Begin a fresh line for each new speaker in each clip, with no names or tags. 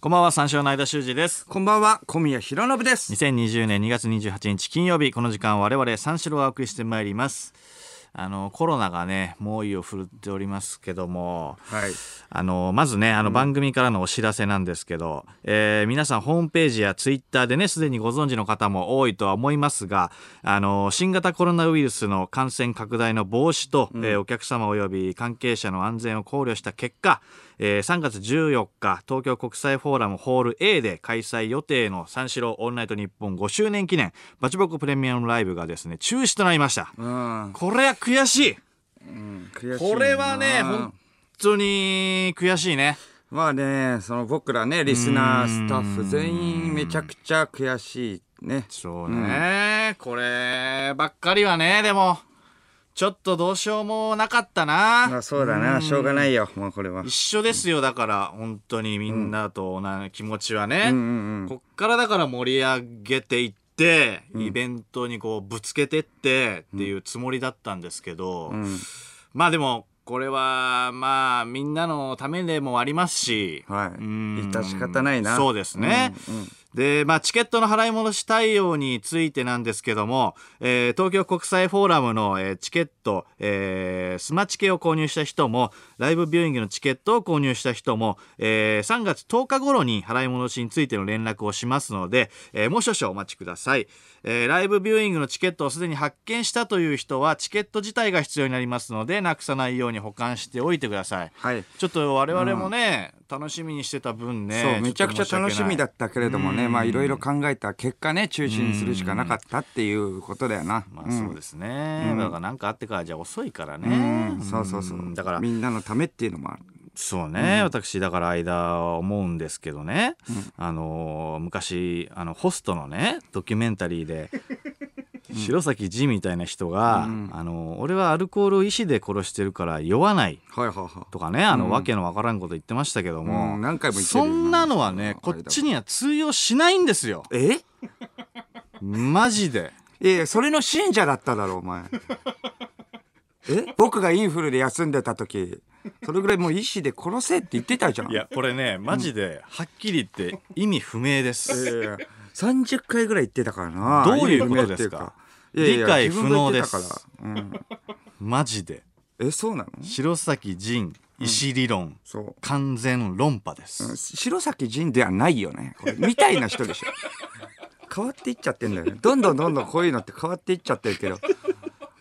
こんばんは、三四郎の間修二です。
こんばんは、小宮弘信です。
2020年2月28日金曜日、この時間我々三四郎をお送りしてまいります。あの、コロナがね、猛威を振るっておりますけども、
はい。
あのまずねあの番組からのお知らせなんですけど、えー皆さんホームページやツイッターでねすでにご存知の方も多いとは思いますがあの新型コロナウイルスの感染拡大の防止と、えーお客様および関係者の安全を考慮した結果、えー3月14日東京国際フォーラムホール A で開催予定の三四郎オールナイト日本5周年記念バチボコプレミアムライブがですね中止となりました。
うん。
これは悔しい
悔しいな
これはね本当に悔しいね。
まあね、その僕らね、リスナー、スタッフ全員めちゃくちゃ悔しいね。
そうね、こればっかりはねでもちょっとどうしようもなかったな、
まあそうだな、しょうがないよ、もうこれは。
一緒ですよだから本当にみんなとな気持ちはね、
うんうんうん。
こっからだから盛り上げていって、イベントにこうぶつけてってっていうつもりだったんですけど、
ん
まあでもこれはまあみんなのためでもありますし、
は
う
い。
ん
致し方ないな。
そうですね、で、まあ、チケットの払い戻し対応についてなんですけども、えー東京国際フォーラムの、えーチケット、えースマチケを購入した人もライブビューイングのチケットを購入した人も、えー3月10日頃に払い戻しについての連絡をしますので、えーもう少々お待ちください、えーライブビューイングのチケットをすでに発見したという人はチケット自体が必要になりますのでなくさないように保管しておいてください
はい。
ちょっと我々もね、楽しみにしてた分ね
そうめちゃくちゃ楽しみだ
っ
ったけれどもねまあいろいろ考えた結果ね中止にするしかなかったっていうことだよな、
まあそうですね、だから何かあってからじゃ遅いからね、
うんそうそうそうん
だから
みんなのためっていうのもある
そうね、私だから間は思うんですけどね、あのー昔あのホストのねドキュメンタリーで白崎仁みたいな人が、あのー俺はアルコールを医師で殺してるから酔わない」
はいはいはい
とかねあの、わけのわからんこと言ってましたけども、
うん何回も言ってる
そ
よ
んなのはね
うん
こっちには通用しないんですよ
え
マジで。
いやいやそれの信者だっただろ お前え僕がインフルで休んでた時それぐらいもう医師で殺せって言ってたじゃん
いやこれねマジではっきり言って意味不明です、
いやいや30回ぐらい言ってたからな
どういうことですか
意味不明っていうかいやい
理解
や
不能です
自分が言ってたから
マジで
うんえそうなの
白崎仁石理論、
そう
完全論破です、
白崎仁ではないよねこれみたいな人でしょ変わっていっちゃってんだよねどんどんどんどんこういうのって変わっていっちゃってるけど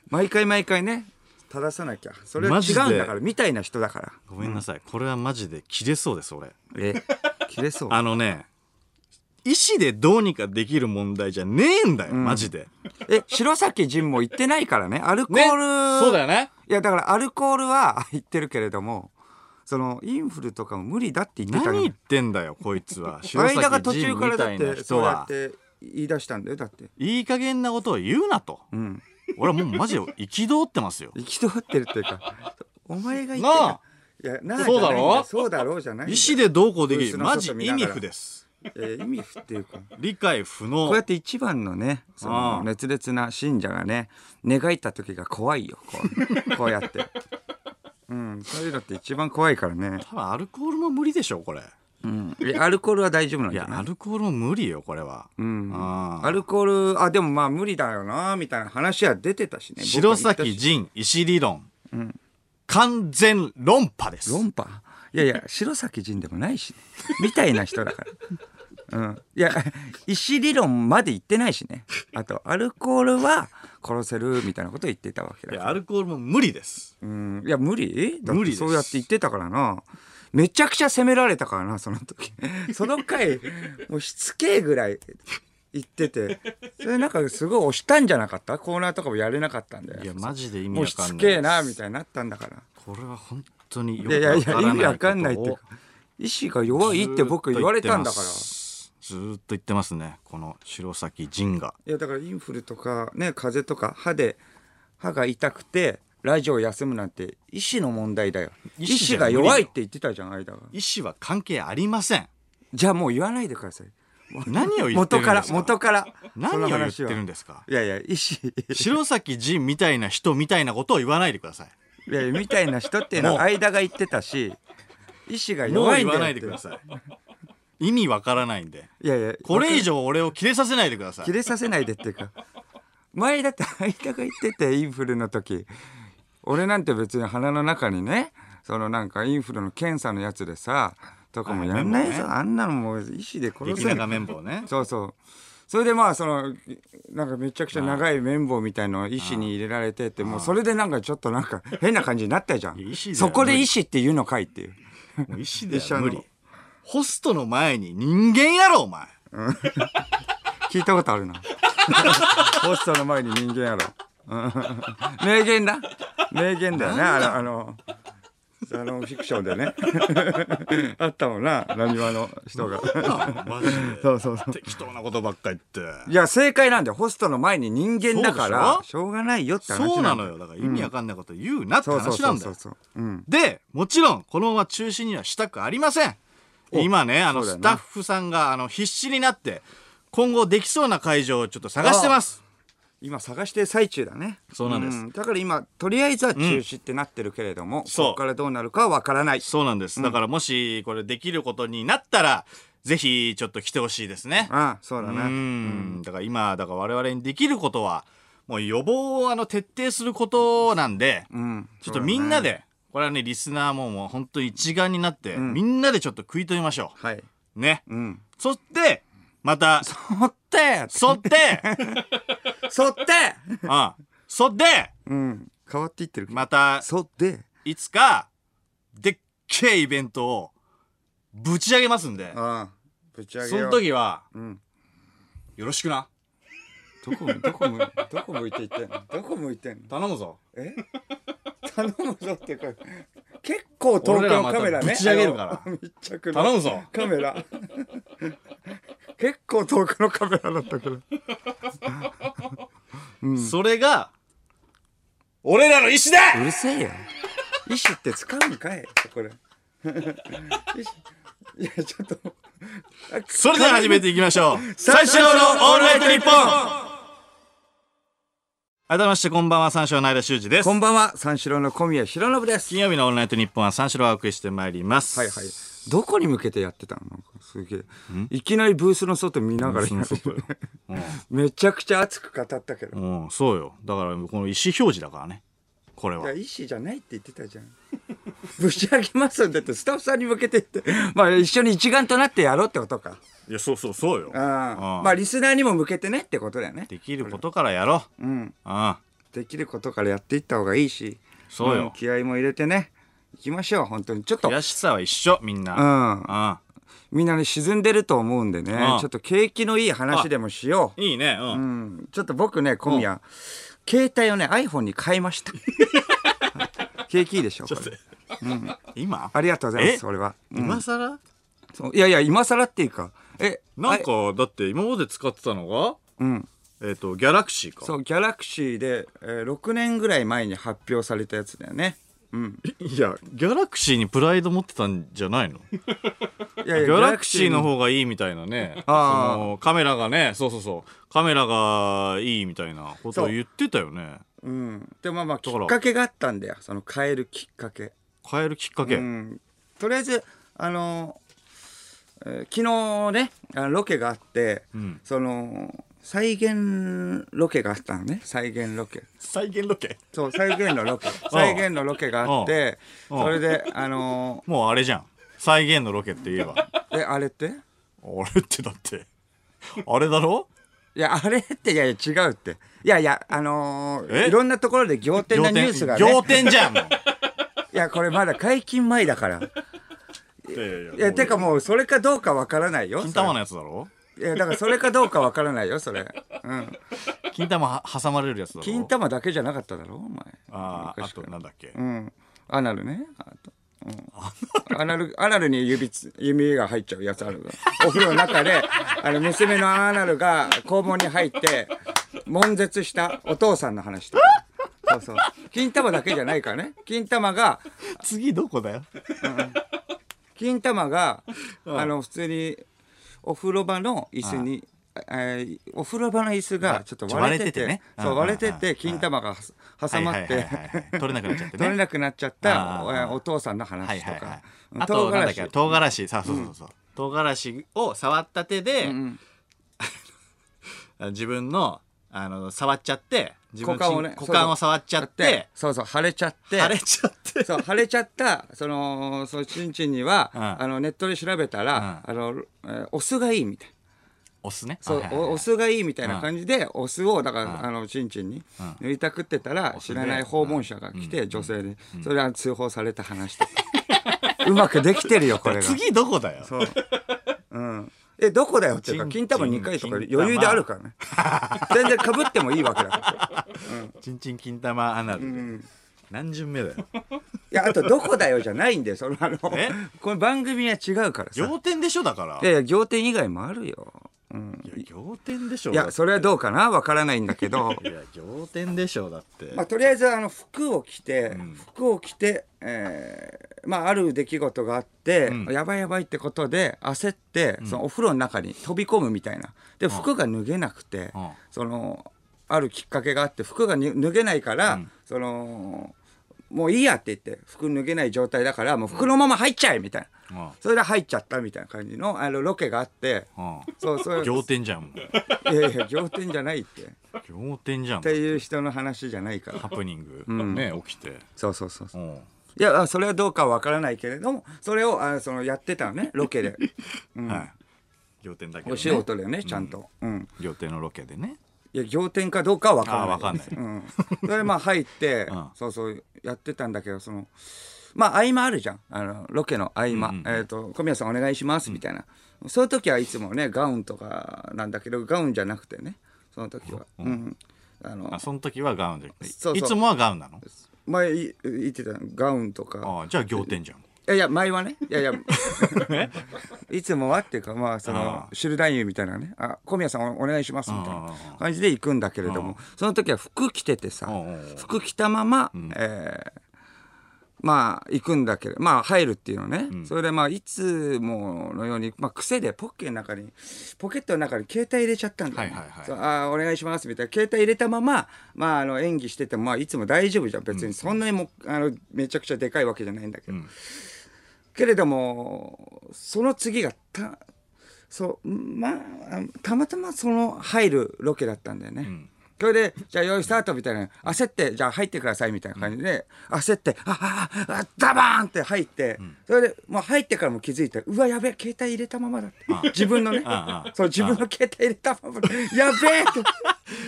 毎回毎回ね正さなきゃそれは
マ
違
ジで
うんだからみたいな人だから
ごめんなさいこれはマジで切れそうです俺
え切れそう
あのね医師でどうにかできる問題じゃねえんだよ、マジで
え白崎仁も言ってないからねアルコ
ね
ール、
そうだよね
いやだからアルコールは 言ってるけれどもそのインフルとかも無理だって言ってた
何言
け
ってんだよこいつは
ど
白
間が
崎
途中
仁
から
み
だ
た
っ
いな
て
人
そうやっ
は
て言い出したんだよだって
いい加減なことを言うなと、
うん
俺はもうマジで憤ってます よ
行き通ってるっていうかお前が言って
なあ
いやなあ
そうだろ
じゃないんよそうだろうじゃない
医師でどうこうでき
ブース
る
の
マジ
外見
意
ながら
味不です
えー意味不っていうか
理解不
こうや
能
って一番のねそ
ああ
の熱烈な信者がね寝返った時が怖いよこ うこうやってうんそういうのって一番怖いからね
多分アルコールも無理でしょこれ
うんいやアルコールは大丈夫なん
い
じゃ
や
ない
アルコールも無理よこれは、
うん
あー
アルコールあでもまあ無理だよなみたいな話は出てたしね
白
僕は言
崎
ったし
仁石理論、完全論破です
論破い やいや白崎仁でもないし、ね、みたいな人だから、うん、いや石理論まで言ってないしねあとアルコールは殺せるみたいなこと言ってたわけだ
い
か
や
ら
アルコールも無理です
うんいや無理だって
無理です
そうやって言ってたからなめちゃくちゃ責められたからなその 時その回もうしつけえぐらい言っててそれなんかすごい押したんじゃなかったコーナーとかもやれなかったんだよ
いやマジで意味
も
わ
うし
かんな
つ
い
けえなみたいになったんだから
これは本当によ
い
く
やいやいや意味わ
わ
か
か
ん
ん
な
ないい
っ
こと
ていう
を
か意志が弱いって僕言われたんだから
ずーっと言ってますねこの白崎仁が
いやだからインフルとかね風邪とか歯で歯が痛くてラジオ休むなんて意志の問題だよ
意
意
思じ
志
ゃ無
が
理だよ
弱いって言ってたじゃん間が
医師は関係ありません
じゃあもう言わないでくださいもう
何を言ってる
元
ん
か
で
ら
すか
元からそ
何
の
を言っ
話
て
は
るんですか
いやいや意志い
白崎仁みたいな人みたいなことを言わないでください
やいやみたいな人っていうの
もう
は間が言ってたし意志が
もう
弱い
言
んだ
わな
よ
いで
って
ください意味わからないんで
いやいや
これ以
上
上俺をキレさせないでください
切れさせないでっていうか前だって相田が言っててインフルの時俺なんて別に鼻の中にねそのなんかインフルの検査のやつでさとかもやんない
あメ
ぞ、
モ
あんなのもう医師で殺
激
せ
長
る
綿棒ね
そうそうそれでまあそのなんかめちゃくちゃ長い綿棒みたいのを医師に入れられてってもうそれでなんかちょっとな んか変な感じになったじゃ
いや
ん
医師だよ
そこで医師って言うのかいっていう
もう医師 で
医者の
無理ホストの前に人間やろお 前
聞いたことあるなホストの前に人間やろ うん名言だ名言だよねあのあのあのフィクションでね あったもんな浪速の人が
マジで
そうそうそう
適当なことばっか言って
いや正解なんだよホストの前に人間だから
そうでし
しょうがないよって話
そうな
の
のよだから意味わかんないこと言うなって
そうそう
話
そ
な
う
だ
んそ
よ
うそううん
でもちろんこのまま中止にはしたくありません今ねあの
そうだ
スタ
よな
ッフさんがあの必死になって今後できそうな会場をちょっと探してます
今探してる最中だね
そうなんです
だから今とりあえずは中止ってなってるけれども、
そう
ここからどうなるかは分からない
そうなんですだからもしこれできることになったらぜひちょっと来てほしいですね
ああそうだ
う
ね
んだから今だから我々にできることはもう予防をあの徹底することなんで
うん
ちょっとみんなで、これはねリスナーももう本当に一丸になって、みんなでちょっと食い止めましょ
はいう
ね
うん
そしてま た
持って
そって
そって
うんそって
うん変わっていってる、
また
そって
いつかでっけえイベントをぶち上げますんで
ああぶち上
そ
げよ
の
う
時は
うん
よろしくな
どこどこ向どこ向いていってんのどこ向いてんの
頼むぞ
え頼むぞってこれ結構遠く
俺ら
の
ま
カ
た
メラね
ぶち上げるから
あの密着の
頼むぞ
カメラ結構遠くのカメラだったから
それが俺らの意思だ
うるせえよ意志って使うんかいこ れ意志いやちょっと
それでは始めていきましょ う。最初のオールナイトニッポン改めましてこんばんは、三四郎の間修二です。
こんばんは三四郎の小宮浩信です
金曜日のオールナイトニッポンは三四郎をお送りしてまいります。
はいはい。どこに向けてやってたのなんかすげえ。いきなりブースの外見ながら
その外 よ。
めちゃくちゃ熱く語ったけど。
うん、そうよ。だから、この意思表示だからね。これ
いや、
は。
医師じゃないって言ってたじゃん。 ぶち上げますんだってスタッフさんに向けてって。まあ一緒に一丸となってやろうってことか。
いや、そうそうそうよ。
あ
うん
まあリスナーにも向けてねってことだよね。
できることからやろう。
うん。
うん。
できることからやっていった方がいいし。
そうよ
ん気合も入れてね。行きましょう、本当に。ちょっと。
悔しさは一緒、みん
う
な。
ん。
う
みんなね、沈んでると思うんでね。
うん
ちょっと景気のいい話でもしよう。
ん。いいね。うん。
うんちょっと僕ね今夜、携帯をね iPhone に変えました はい景気いいでしょこれ
今
ありがとうございま
え
すそれは、うん
今更
そういやいや今更っていうかえ
なん
あ
か、だって今まで使ってたのが、
うん
えっと、ギャラクシーか。
そうギャラクシーで、えー6年ぐらい前に発表されたやつだよねうん、
いやギャラクシーにプライド持ってたんじゃない のギ
いやいや
ャラクシーの方がいいみたいなね
あー
そのカメラがねそうそうそうカメラがいいみたいなことを言ってたよね
うんでまあまあき
だから
っかけがあったんだよその変えるきっかけ
変えるきっかけ、
うん、とりあえずあの、えー昨日ねあのロケがあって、
ん
その再現ロケがあったのね再現ロケ
再現ロケ
そう再現のロケ再現のロケがあって
うんうん
それであの
もうあれじゃん再現のロケって言えば あ
えあれって
れってだってあれだろ
いやあれっていやいや違うっていやいやあのー
え
いろんなところで仰天なニュースがね
仰天じゃんもう
いやこれまだ解禁前だから
いやいや
いやてかもうそれかどうかわからないよ
金玉のやつだろ
それいやだからそれかどうかわからないよそれうん
金玉は挟まれるやつだろ
金玉だけじゃなかっただろお前
あーあ
昔か
と
ら
なんだっけ、
うんアナルねあと、うん、アナルアナルに指つ指が入っちゃうやつあるのお風呂の 中であの娘のアナルが肛門に入って悶絶したお父さんの話とかそうそう金玉だけじゃないからね金玉が
次どこだよ
金玉が、あの普通にお風呂場の椅子に、えーお風呂場の椅子がちょっと割れてて
ちょっと割れててね
そう
うん
割れて
うんう
て金玉がはさ挟まって、
はいはいはいはい取れなくなっちゃってね
取れなくなっちゃった
あー
おお父さんの
はい
話
はい
と
はい
か、
あとなんだっけ唐辛子さあそうそうそうそう唐辛子を触った手で、
うん
自分のあの触っちゃって自分の
股間をね
股間を触っちゃって
そうそう腫れちゃって
腫れちゃって
そう腫れちゃったそのそのチンチンには、
うん
あのネットで調べたら、あのえーお酢がいいみたいな
お酢ね
そう
はいはいはい
おお酢がいいみたいな感じでお酢をだからあのチンチンに塗りたくってたら
酢
知
で
らない訪問者が来て女性にそれは通報された 話とうまくできてるよこれが
次どこだよ
そううんえどこだよっていうか
チンチン
金玉2回とか余
金玉
裕であるからね全然かぶってもいいわけ だから
ちんちん金玉アナル、何巡目だよ
いやあと「どこだよ」じゃないんだよそのあのこ
え
の番組は違うからさ
仰天でしょだから
いやいや仰天以外もあるよ、うん、
いや仰天でしょ
いやそれはどうかなわからないんだけど
いや仰天でしょだって、
まあ、とりあえずあの服を着て、
ん
服を着て、えーまあ、ある出来事があって、
うん
やばいやばいってことで焦って、そのお風呂の中に飛び込むみたいなで服が脱げなくて、
うん
そのあるきっかけがあって服がに脱げないから、
ん
そのもういいやって言って服脱げない状態だからもう服のまま入っちゃえみたいな、
うん
それで入っちゃったみたいな感じのあのロケがあって。
う
そうそ
ん、
う
仰天じゃんもう
いやいや仰天じゃないってっ
仰天じゃん
ていう人の話じゃないから
ハプニング、
ん
ね起きて、
そうそうそうそう
うん、
いやあそれはどうかはわからないけれどもそれをあそのやってたのねロケで
はい仰天だけど、
お
ね、
仕事だよねちゃんと、うん
仰天のロケでね
いや仰天かどうかはわからない
あわかんない
うん、それで まあ入って、
うん
そうそうやってたんだけどそのまあ合間あるじゃんあのロケの合間、
うんうん
えっ、と小宮さんお願いしますみたいな、そういう時はいつもねガウンとかなんだけどガウンじゃなくてねその時は、うんあの
あその時はガウンで
そうそう
いつもはガウンなの
前い言ってたガウンとか
ああじゃあ仰天じゃん
いやいや前はね いやいやいつもはっていうかまあその
あ
シルダイユみたいなねあ小宮さんおお願いしますみたいな
あ
感じで行くんだけれどもその時は服着ててさ
うんうんうん
服着たまま、えーまあ行くんだけどまあ入るっていうのね、それでまあいつものように、まあ、癖でポッケの中にポケットの中に携帯入れちゃったんだよ、ね
はいはいはい
そうあーお願いしますみたいな携帯入れたまま、まあ、あの演技してても、まあ、いつも大丈夫じゃん別にそんなにも、あのめちゃくちゃでかいわけじゃないんだけど、
うん
けれどもその次がたそうまあたまたまその入るロケだったんだよね。
ん
それでじゃあ用意スタートみたいな焦ってじゃあ入ってくださいみたいな感じで、焦ってあああダバーンって入って、それでもう入ってからも気づいてうわやべえ携帯入れたままだって自分のね
ああ
そう自分の携帯入れたままだやべえって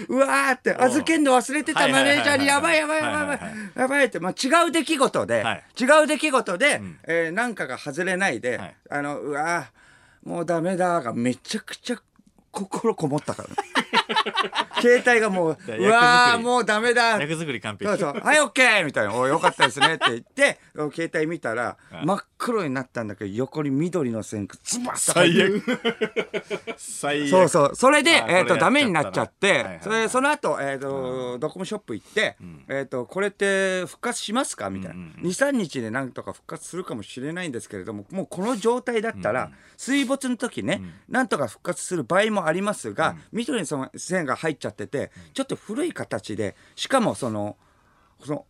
うわー って預けんの忘れてたマネージャーにやばいやばいやばいやばいやばいって、まあ、違う出来事で、
はい
違う出来事で、えーなんかが外れないで、
はい
あのうわーもうダメだがめちゃくちゃ心こもっ たからね携帯がもう
だから役作り
うわーもうダメだ
役作り完璧
そうそう「はいオッケー!」みたいな「おいよかったですね」って言って携帯見たら
はい
真っ黒になったんだけど横に緑の線がズバッと入って
最悪最悪
そうそう。それで、
あー
えっ、
こ
と、
れ
ダメになっちゃって、
やっちゃったな
それで、その後、えっ、と、ドコモショップ行って、えっ、と、これって復活しますかみたいな。
うんうん
2、3日でなんとか復活するかもしれないんですけれども、もうこの状態だったら、水没の時ね、なんとか復活する場合もありますが、緑の線が入っちゃってて、ちょっと古い形で、しかもその、その、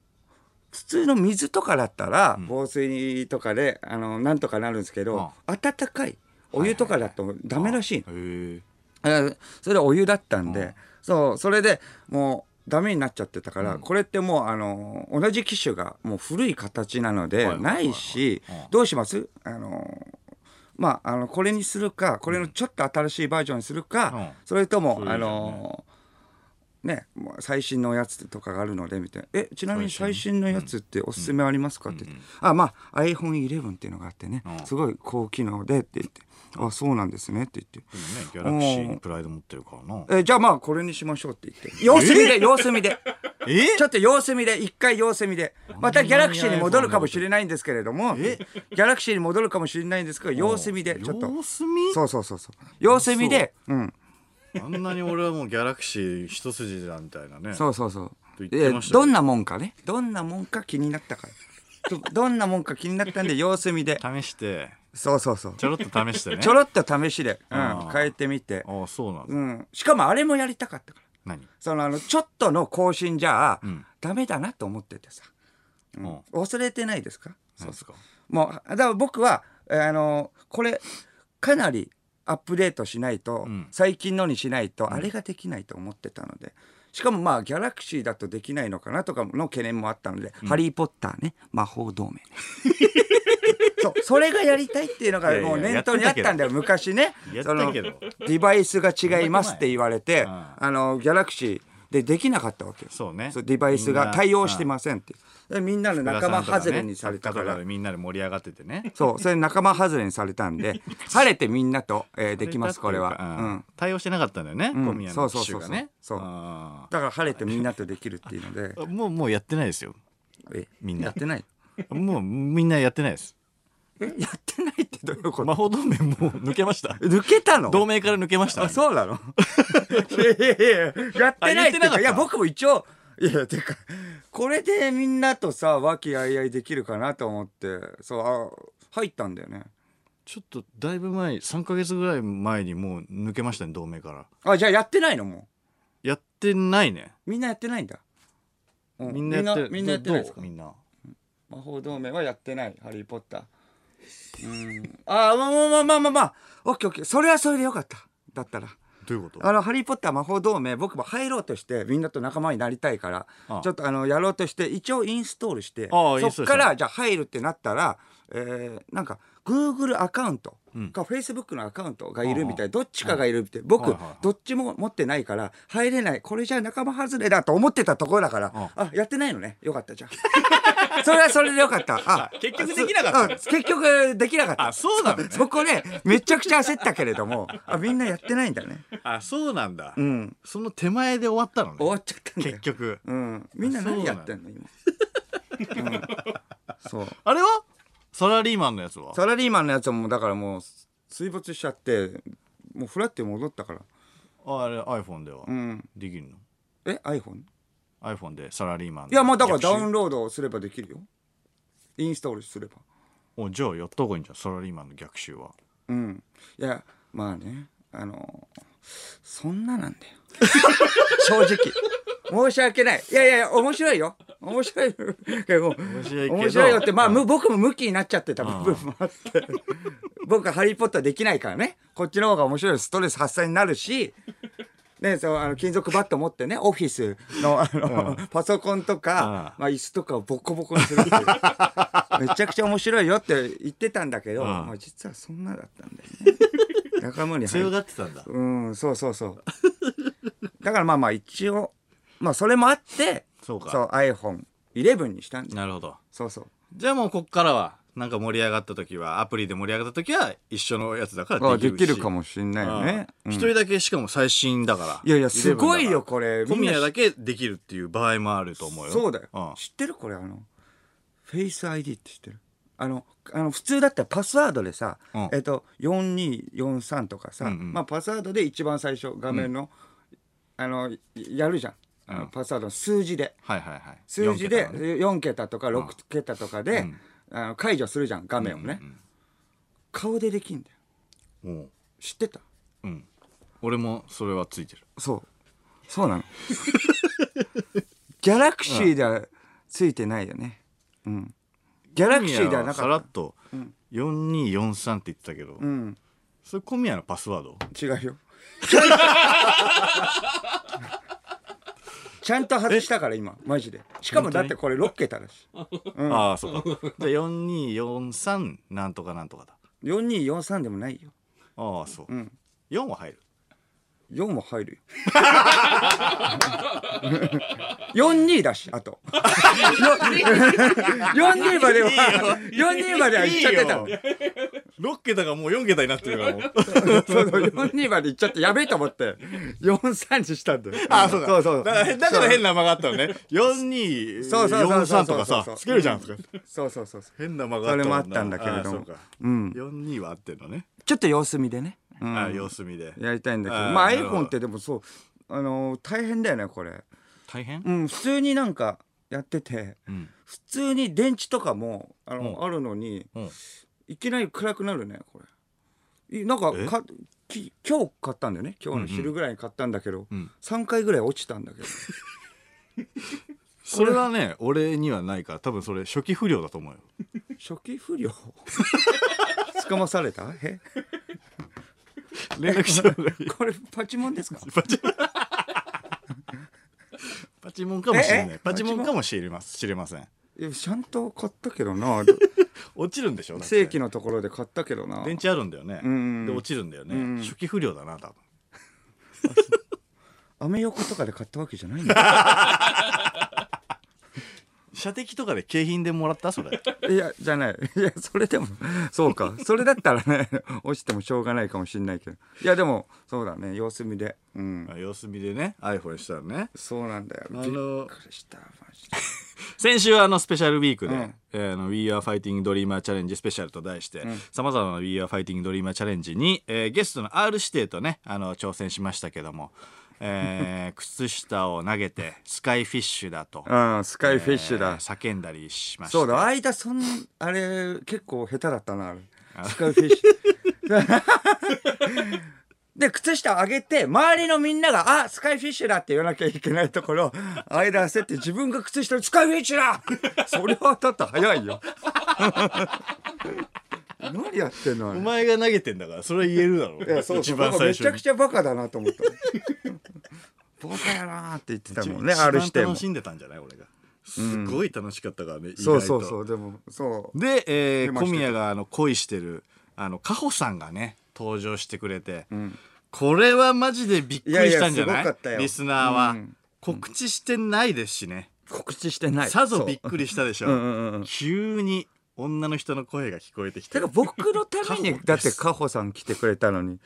普通の水とかだったら、防水とかで、あの、なんとかなるんですけど、温かいお湯とかだとダメらしいの。
へえ
えーそれお湯だったんで、そうそれでもうダメになっちゃってたから、これってもうあのー同じ機種がもう古い形なので、
はいはいはいはい
ないし、
うん
どうしますあのーまあ、あのこれにするかこれのちょっと新しいバージョンにするか、
うん
それとも
それいい
あ
じゃんね
のーねもう最新のやつとかがあるのでみたいな「えちなみに最
最
新のやつっておすすめありますか?」って言って「あまあ iPhone11 っていうのがあってね、
うん
すごい高機能で」って言って「あそうなんですね」って言って。
でもねギャラクシーにプライド持ってるからな
えーじゃあまあこれにしましょうって言って様子見で様子見で
え
ちょっと様子見で一回様子見でまたギャラクシーに戻るかもしれないんですけれどもギャラクシーに戻るかもしれないんですけど様子見でちょっと
様子見
そうそうそうそう様子見でうん
あんなに俺はもうギャラクシー一筋だみたいなね
そうそうそう
と言っ
え
てましたよ
どんなもんかねどんなもんか気になったからどどんなもんか気になったんで様子見で
試して
そうそうそう
ちょろっと試してね
ちょろっと試しで、うん
あ、ー
変えてみて、
ああそうなんだ
うん、しかもあれもやりたかったから
何
そのあのちょっとの更新じゃあ、
ん
ダメだなと思っててさ
うん何
忘れてないですか
ですか
もうだから僕は、えーあのこれかなりアップデートしないと、
うん
最近のにしないとあれができないと思ってたのでしかもまあギャラクシーだとできないのかなとかの懸念もあったので「ハリー・ポッターね」魔法同盟ね。 そうそれがやりたいっていうのが
いやいや
もう念頭にあったんだよ昔ね
やっ
そ
た
の
け
デ
ど
バイスが違いますって言われて
うん
あのギャラクシーでできなかったわけよ
そうね
デバイス
みん
が
な
対応してませんってでみんなの仲間外れにされた
と
か
からでみんなで盛り上がっててね
そう、それ仲間外れにされたん で、晴れてみんなと、えーできます、これ
う
は。うんん。
対応してなかったんだよね、
ん
小宮の機種がね
そうそうそうそう
あ
だから晴れてみんなとできるっていうので、
ーもうもうやってないですよ
え
みんな
やってない。
もうみんなやってないです
え、やってないってどういうこと
魔法同盟もう抜けました
抜けたの
同盟から抜けました
あ、そうな のいやいやいや、やってないって
あ言って
い
なかっ
うか、
た
いや、僕も一応、いや、てか、これでみんなとさ、和気あいあいできるかなと思って、そう、あ入ったんだよね。
ちょっとだいぶ前3か月ぐらい前にもう抜けましたね同盟から
あ、じゃあやってないのも
やってないね
う。みんなやってないんだ。う
みんなやってる
みんなやってないです
ど
か
うみんな
魔法同盟はやってない「ハリー・ポッター」うんああまあまあまあまあまあまあオッケーオッケーそれはそれでよかっただったら
どういうこと
あの「ハリー・ポッター魔法同盟」僕も入ろうとしてみんなと仲間になりたいから
ああ
ちょっとあのやろうとして一応インストールして
ああインストール
そっ
した
からじゃあ入るってなったら、えーなんか Google アカウント
うん
か Facebook のアカウントがいるみたいどっちかがいるみたい
は
僕、
いはいはい
どっちも持ってないから入れないこれじゃ仲間外れだと思ってたところだから
あ
あやってないのねよかったじゃん。 それはそれでよかった。あ
結局できなかったんだ
そうん結局できなかった。
あそうなのね
そこでめちゃくちゃ焦ったけれども、あみんなやってないんだね。
あそうなんだ、
うん。
その手前で終わったの
終
ね
わっちゃったんだよ
結。局
うん。みんな何やってんの今。うんそう。
あれはサラリーマンのやつは
サラリーマンのやつはもうだからもう水没しちゃって、もうフラって戻ったから。
ああれ iPhone では
うん。
できるの
え iPhone？
iPhone でサラリーマンの
いやまあだからダウ
逆襲
ンロードすればできるよ。インストールすれば。
おじゃあやった方がいいんじゃんサラリーマンの逆襲は
うん。いや、まあね、あの、そんななんだよ。 正直。申し訳ない。いやいやいや、面白いよ。面白い。けど面
白いけど
よって、まあ、む僕も向きになっちゃってた部分もあって。僕はハリー・ポッターできないからね。こっちの方が面白いストレス発散になるし、ね、そうあの金属バット持ってね、オフィスのあの、パソコンとか、まあ、椅子とかをボコボコにするっていう。めちゃくちゃ面白いよって言ってたんだけど、
うん
まあ、実はそんなだったんだよ ね仲間に入
強
っ
がってたんだ
うんそうそうそうだからまあまあ一応まあそれもあって
そうか
iPhone11 にしたんだ
なるほど
そうそう
じゃあもうこっからはなんか盛り上がった時はアプリで盛り上がった時は一緒のやつだから
あ
で
で
きるし
きるかもしんないよね
う
うんん
一、人だけしかも最新だから
いやいやすごいよ
11
これ
小
みん
宮
な
だけできるっていう場合もあると思うよ
そうだよ、
ん
知ってるこれあのフェイス ID って知ってるあのあの普通だったらパスワードでさ、
うん
えっと4243とかさ、
うんうん
まあ、パスワードで一番最初画面の、あのやるじゃん、あの
うん
パスワードの数字で
はいはいはい
数字
四
で
桁のね
4桁とか6桁とかで、あの解除するじゃん画面をね、顔でできんだよ
おう
知ってた
うん俺もそれはついてる
そうそうなのギャラクシーではついてないよねうんギャラクシーでは
小宮は
な
さら
かっ
っと4243って言ってたけど、
たうん
それ小宮のパスワード
違うよ ちゃんと外したから今マジでしかもだってこれ6桁だし
ああそうかじゃあ4243なんとかなんとかだ
4243でもないよ
ああそう、4は入る
4も入 るよ42だし あとよ42までは42までは行っちゃってたの
いいよ6桁がもう4桁になってるか らもう
その42まで行っちゃってやべえと思って43にし たんだよそうそう
だからだから変な間があったのね
そうそうそうそう
4243とかさつけるじゃんとか
そうそうそうそう
変な間があったもんな
それもあったんだけれど
ああそ
も
うか
うん
42は合ってるのね、
ちょっと様子見でね、うん
ああ様子見で
やりたいんだけど
あー
まあ
なるほど
iPhone ってでもそうあのー大変だよねこれ
大変
うん普通になんかやってて
うん、
普通に電池とかもあの、
うん
あるのに
うん、
いきなり暗くなるねこれいなんか
え
かき今日買ったんだよね今日の昼ぐらいに買ったんだけど、
うん
3回ぐらい落ちたんだけど
それはね俺にはないから多分それ初期 不良だと思うよ
初期不良捕まされたえ
連絡した方がいい
これパチモンですか
パチモンパチモンかもしれな
ええ
いパチモンかもしれません知れません
いやちゃんと買ったけどな
落ちるんでしょだって
正規のところで買ったけどな
電池あるんだよね
うん
で落ちるんだよ
うん
ね初期不良だな多分
アメ横とかで買ったわけじゃないんだ
射的とかで景品でもらったそ れ
いやじゃない いやそれでもそうかそれだったらね 落ちてもしょうがないかもしれないけどいやでもそうだね様子見でうん
まあ様子見でね iPhone したらね
そうなんだよ
あの
びっくりしたマジで
先週はあのスペシャルウィークで、
うん
えーあの We Are Fighting Dreamer Challenge スペシャルと題して、様々な We Are Fighting Dreamer Challenge に、えーゲストの R 指定とね、あの、挑戦しましたけども、えー 靴下を投げて、スカイフィッシュだと、
うんスカイフィッシュ
え
だ、
ー叫んだりしました。
そうだ間そんあれ結構下手だったなあれスカイフィッシュ で靴下を上げて周りのみんなが「あスカイフィッシュだ」って言わなきゃいけないところ間焦って自分が靴下を「スカイフィッシュだ!」 それはだって早いよ 何やってんのあ
お
れ
前が投げてんだから、それは言えるだろう。
いやそうそ
一
う
番最
め
初
ちゃく
に。
ちゃバカだなと思った バカやなーって言ってたもんね
一番
あるしても
楽しんでたんじゃない俺が。すごい楽しかったからね、意外と
そうそうそうでもそう
で、えー
出ま
小
したけど
宮があの恋してるあのカホさんがね登場してくれて、これはマジでびっくりしたんじゃない
いやいやすごかったよ
リスナーは、
うん
告知してないですしね、
告知してない
さぞびっ
り
くりしたでしょ
うんうんうん
急に女の人の声が聞こえてきて
てか僕のため
カホ
に
です
だってカホさん来てくれたのに、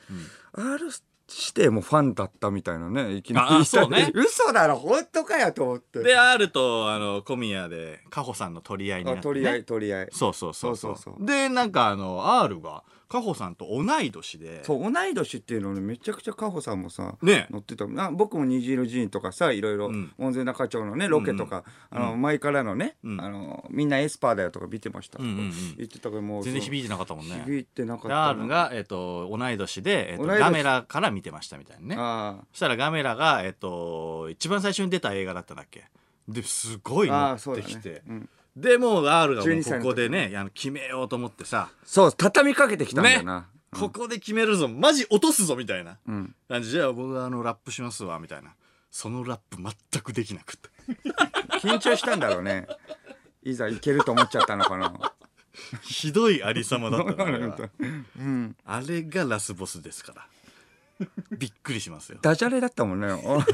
R してもファンだったみたいなねいきなり
ああそうね
嘘だろ本当かよと思って
で R とあの小宮でカホさんの取り合いにな
あ
って、ね、
取り合い取り合い
そうそうそうそう
そうそうそう
でなんかあの R がカホさんと同い年で
そう同い年っていうのにめちゃくちゃカホさんもさ、
ね
乗ってたあ僕も虹色寺院とかさいろいろ
ん
門前仲町のねロケとか、あの前からのね、
うん
あのみんなエスパーだよとか見てましたとか、
うんうんうん
言ってたからもう
全然響いてなかったもんね
響いてなかったな
R が、えっと、同い年で、えっと、
同い年
ガメラから見てましたみたいなね
ああ
そしたらガメラが、えっと、一番最初に出た映画だったんだっけですごい
あ
乗
あそう
って
だ
き
ね
て、
うん
でもう R がもう
12歳の
こ
時
こでねあの決めようと思ってさ、
そう畳みかけてきたんだよな、
ここで決めるぞマジ落とすぞみたいな
うん
感じでじゃあ僕はあのラップしますわみたいなそのラップ全くできなくて
緊張したんだろうねいざいけると思っちゃったのかな
ひどいありさまだったのあれ は
うん
あれがラスボスですから びっくりしますよ
ダジャレだったもんね お普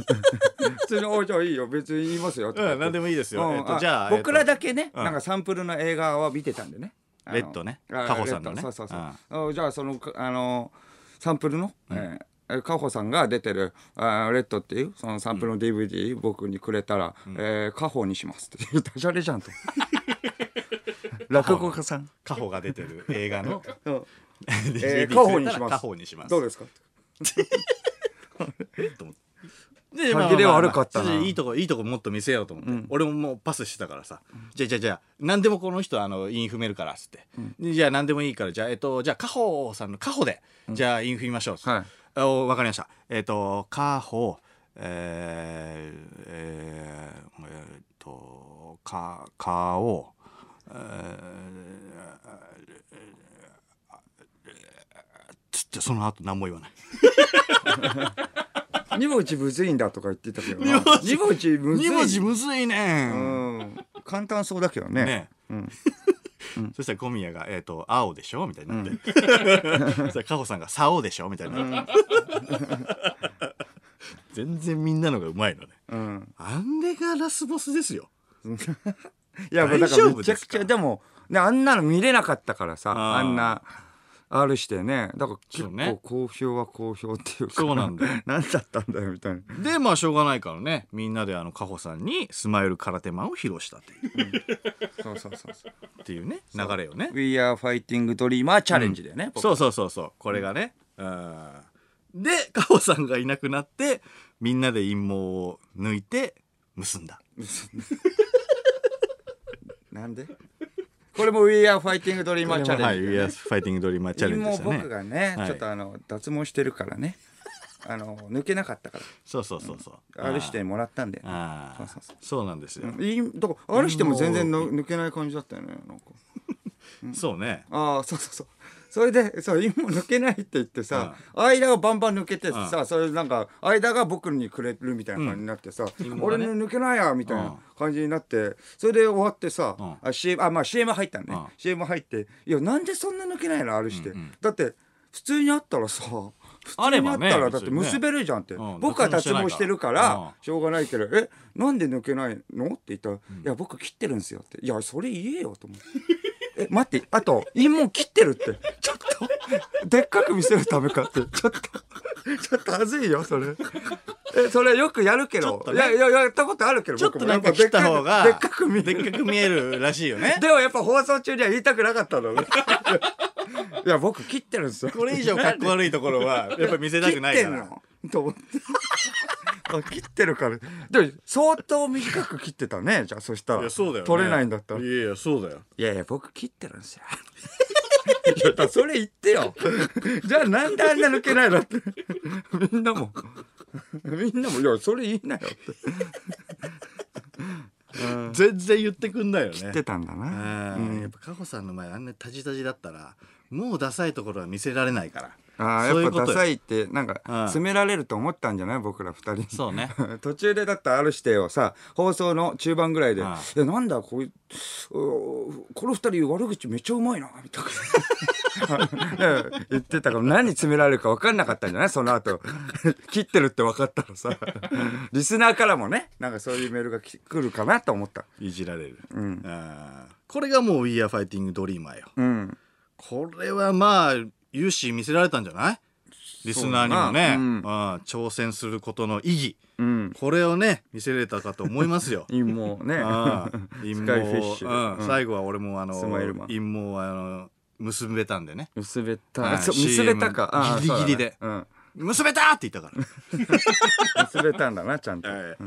通に「おじゃあいいよ別に言いますよ」
うん何でもいいですよ、
うん
えっと、
あ
じゃあ
僕ら
だ
だけね、
うん
なんかサンプルの映画は見てたんでねあの
レッドね
あ
カホさんのね
レッドそうそうそうあじゃあそのかあのサンプルの、えーカホさんが出てる「あレッド」っていうそのサンプルの DVD 僕にくれたら「えーカホにします」っていうダジャレじゃ んと落語家さん
カホが出てる映画 の
うん
え
ーカホにします
カホにします
どうですか
で
歯切れ悪かったな
まあまあまあいいとこいいとこもっと見せようと思って、俺ももうパスしてたからさ、じゃあじゃあじゃあ何でもこの人あのイン踏めるからっつって、でじゃあ何でもいいからじゃあえっとじゃあカホさんのカホで、じゃあイン踏みましょうっつって、
はい
あおわかりましたえっとカホえー、えー、えーっとか顔えーつってその後何も言わない
二文字むずいんだとか言ってたけど
二
な
文字
二文字むずい
2文字むずいねん
うん簡単そうだけどね
ね
うん
そしたら小宮が「えっ、と青でしょ?」みたいになって、 そしたらカホさんが「竿でしょ?」みたいになって、全然みんなのがうまいのね
うん
あれがラスボスですよ
いやもうだか
大
ら
丈夫
めち
で
ゃ
す
く
か
ちゃでもねあんなの見れなかったからさ
あー
あんな R してねだから結
そうね
構好評は好評っていうか
そうなんだよ
何だったんだよみたいな
でまあしょうがないからねみんなであのカホさんにスマイル空手マンを披露したっていう
そうそうそうそう
っていうね流れをね
We are fighting dreamer チャレンジだよね僕
そうそうそうそうこれがね、うんでカホさんがいなくなってみんなで陰謀を抜いて結んだ
なんでこれも We are fighting dreamer チャ
はい
レン
ウ
ジ
ィアスファイティングドリーマーチャレンジで
も
したね
僕がね
はい
ちょっとあの脱毛してるからね あの抜けなかったから
そうそうそうそう
あるしてもらったんで。
ああ
そうそうそう
そうなんですよ、
いいだからあるしても全然の抜けない感じだったよねなんか
そうね
ああそうそうそうそれでそう今抜けないって言ってさ、間がバンバン抜けてさ、それなんか間が僕にくれるみたいな感じになってさ、
ん
俺の抜けないやみたいな感じになってそれで終わってさ、
ん
あ CM あまあ CM 入ったのね、
うん
CM 入っていやなんでそんな抜けないのあるして、
うんうん
だって普通にあったらさ普
あ
通
れ
にあ
ば
っ
ね
たらだって
別にね
結べるじゃんって、
うん
僕は脱毛してるから、
うん
しょうがないけど「えなんで抜けないの?」って言ったら「いや僕切ってるんですよ」って「いやそれ言えよ」と思って。え待ってあと陰毛切ってるってちょっとでっかく見せるためかってちょっとちょっと恥ずいよそれえそれよくやるけ
ちょ
ど
っ、と
い
ね
やいややったことあるけど
ちょっとなんか
僕も
切
や
った方が
でっかく見え
で
る
っかく見えるらしいよね
でもやっぱ放送中には言いたくなかったのねいや僕切ってるんです よ
これ以上かっこ悪いところはやっぱ見せたくないから
切ってんのと思って あ切ってるからでも相当短く切ってたねじゃあそしたら
いやそうだよ、ね、
取れないんだったら
い
い
やいやそうだよ
やいや僕切ってるんですよいやだからそれ言ってよ じゃあなんであんな抜けないのってみんなもみんなもいやそれ言いなよって
全然言ってくんないよね
言ってたんだな、
うんやっぱ佳穂さんの前あんなタジタジだったらもうダサいところは見せられないから
ああ
そうい
や
う
っ
こ
ぱ
と
ダ
よ
サいってなんか
うん
詰められると思ったんじゃない僕ら二人に
そうね
途中でだったある指定をさ放送の中盤ぐらいで「
うん
いやなんだこいおこの二人悪口めっちゃうまいな」みたいな うん言ってたから何詰められるか分かんなかったんじゃないその後 切ってるって分かったらさリスナーからもねなんかそういうメールがき来るかなと思った
いじられる、あーこれがもう「We Are Fighting Dreamer よ」
うん
これはまあ勇姿見せられたんじゃないリスナーにもね、
そう
うん挑戦することの意義
うん
これをね見せれたかと思います よ
陰謀ね
ああ陰
ス
謀
カイフィッシュ、
うん最後は俺もあの
スマイルマン
陰謀はあの結べたんでね
結べ
は
た
い
そう結べた
CM
かああ
ギリギリで
そうだね
「結べた!」って言ったから
うん結べたんだなちゃんと
ええ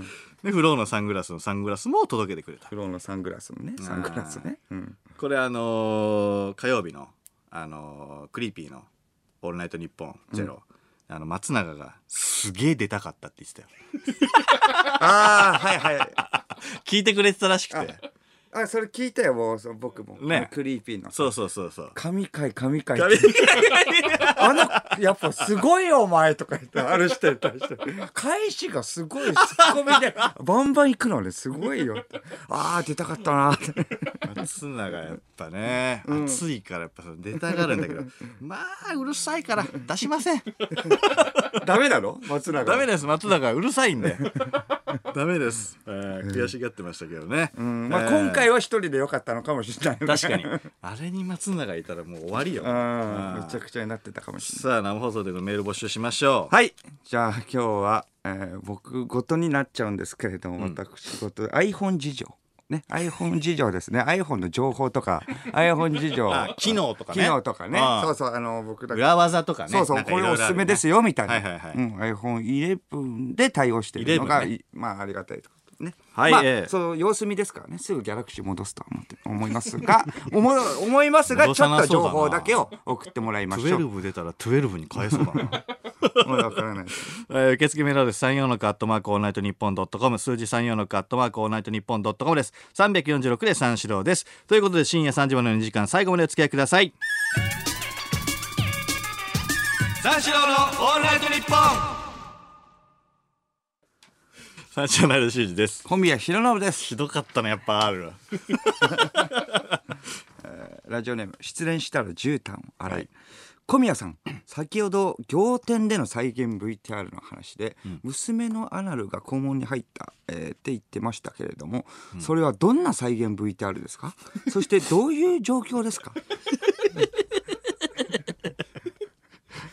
でフローのサングラスのサングラスも届けてくれた
黒のサングラスのねサングラスねうん
これあのー火曜日の、あのークリーピーの「オールナイトニッポンゼロ、あの松永がすげえ出たかったって言ってたよ
ああはいはい
聞いてくれてたらしくて
あそれ聞いたよもうそう僕も
ね
クリーピーの
そうそうそうそう
神回神回あのやっぱすごいよお前とか言ってある人に対して返しがすごいツッコミでバンバン行くのねすごいよってああ出たかったなって
松永やっぱね、暑いからやっぱその出たがるんだ けどまあうるさいから出しません
ダメなの松永
ダメです松永うるさいん でダメです、えー悔しがってましたけどね、
うんまあ、
えー
今回は一人でよかったのかもしれ ない、ね、
確かにあれに松永いたらもう終わりよ
うん
うん
めちゃくちゃになってたかもしれない
さあ生放送でのメール募集しましょう
はいじゃあ今日は、えー僕ごとになっちゃうんですけれども、私ごと iPhone 事情ね iPhone 事情ですね iPhone の情報 とか iPhone 事情
あ機能とかね
機能とかね
ああ
そうそうあの僕だけ
裏技とかね
そうそ
な
うん
か
これおすすめですよみたいな、
はいはいはい
うん、iPhone11 で対応してるのが、
11ね
いまあありがたいとね
はい
まあ
ええ
その様子見ですからねすぐギャラクシー戻すとは思って思います が思思いますが
戻
ちょ
さ
っ
なそ
と
うだな
情報だけを送ってもらいましょう。
12出たら12に変えそうだ な
もう わからないです
えー受付メールはです34のカットマークオールナイトニッポンドットコム数字34のカットマークオールナイトニッポンドットコムです346で三四郎ですということで深夜3時までの2時間最後までお付き合いください三四郎のオールナイトニッ ポン三四郎の間修二です
小宮弘信です
ひどかったねやっぱあ るわ
ラジオネーム失恋したら絨毯を洗い、小宮さん先ほど仰天での再現 VTR の話で、娘のアナルが肛門に入った、えーって言ってましたけれども、それはどんな再現 VTR です かそしてどういう状況ですか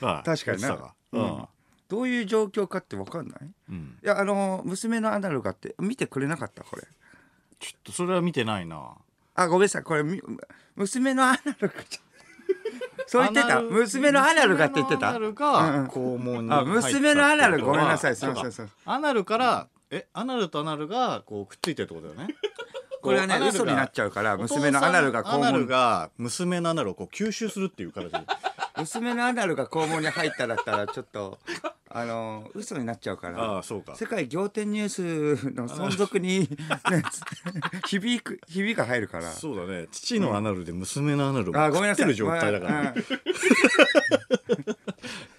確かにな
うん
どういう状況かって分かんない
うん
いやあの娘のアナルがって見てくれなかったこれ
ちょっとそれは見てないな
あごめんなさいこれみ娘のアナル がちょそう言って
アナ
た
ル
娘のアナルがって言ってた
娘のアナルが肛門に
あ
入ったってこと
娘のアナルごめんなさい
は
そうそう
そ
そうう
かアナルからえアナルとアナルがこうくっついてるってことだよね
これはね
アナルが
嘘になっちゃうから
お父さん
娘のアナルが肛門
アナルが娘 のアナルをこう吸収するっていう形で
娘のアナルが肛門に入っただったらちょっとあの嘘になっちゃうから
ああそうか
世界仰天ニュースの存 続に、ね、響く響が入るから
そうだね父のアナルで娘のアナル
あ
も
ご
食
めんな
って
さい
る状態だから、
まあうん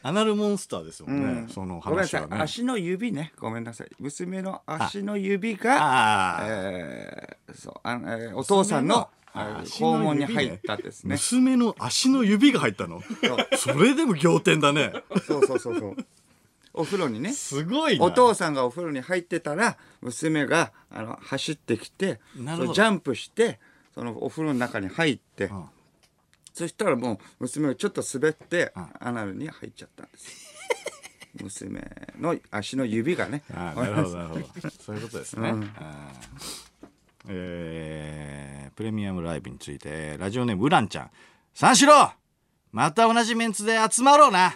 アナルモンスターですもんね、
うん
その
ごめんな
話
さい
はね
足の指ねごめんなさい娘の足の指が
ああ、
えーそうあのえーお父さんのあ
足の
訪
指
問に
ね
入ったですね
娘の足の指が入ったのそれでも仰天だね
そうそうそうそうお風呂にね
すごいな
お父さんがお風呂に入ってたら娘があの走ってきて
なるほど
そうジャンプしてそのお風呂の中に入って、
ん
そしたらもう娘がちょっと滑って、
ん
アナルに入っちゃったんです 娘の足の指がね
あーなるほどなるほどそういうことですね、
うん
あーえープレミアムライブについてえーラジオネームウランちゃん三四郎また同じメンツで集まろうな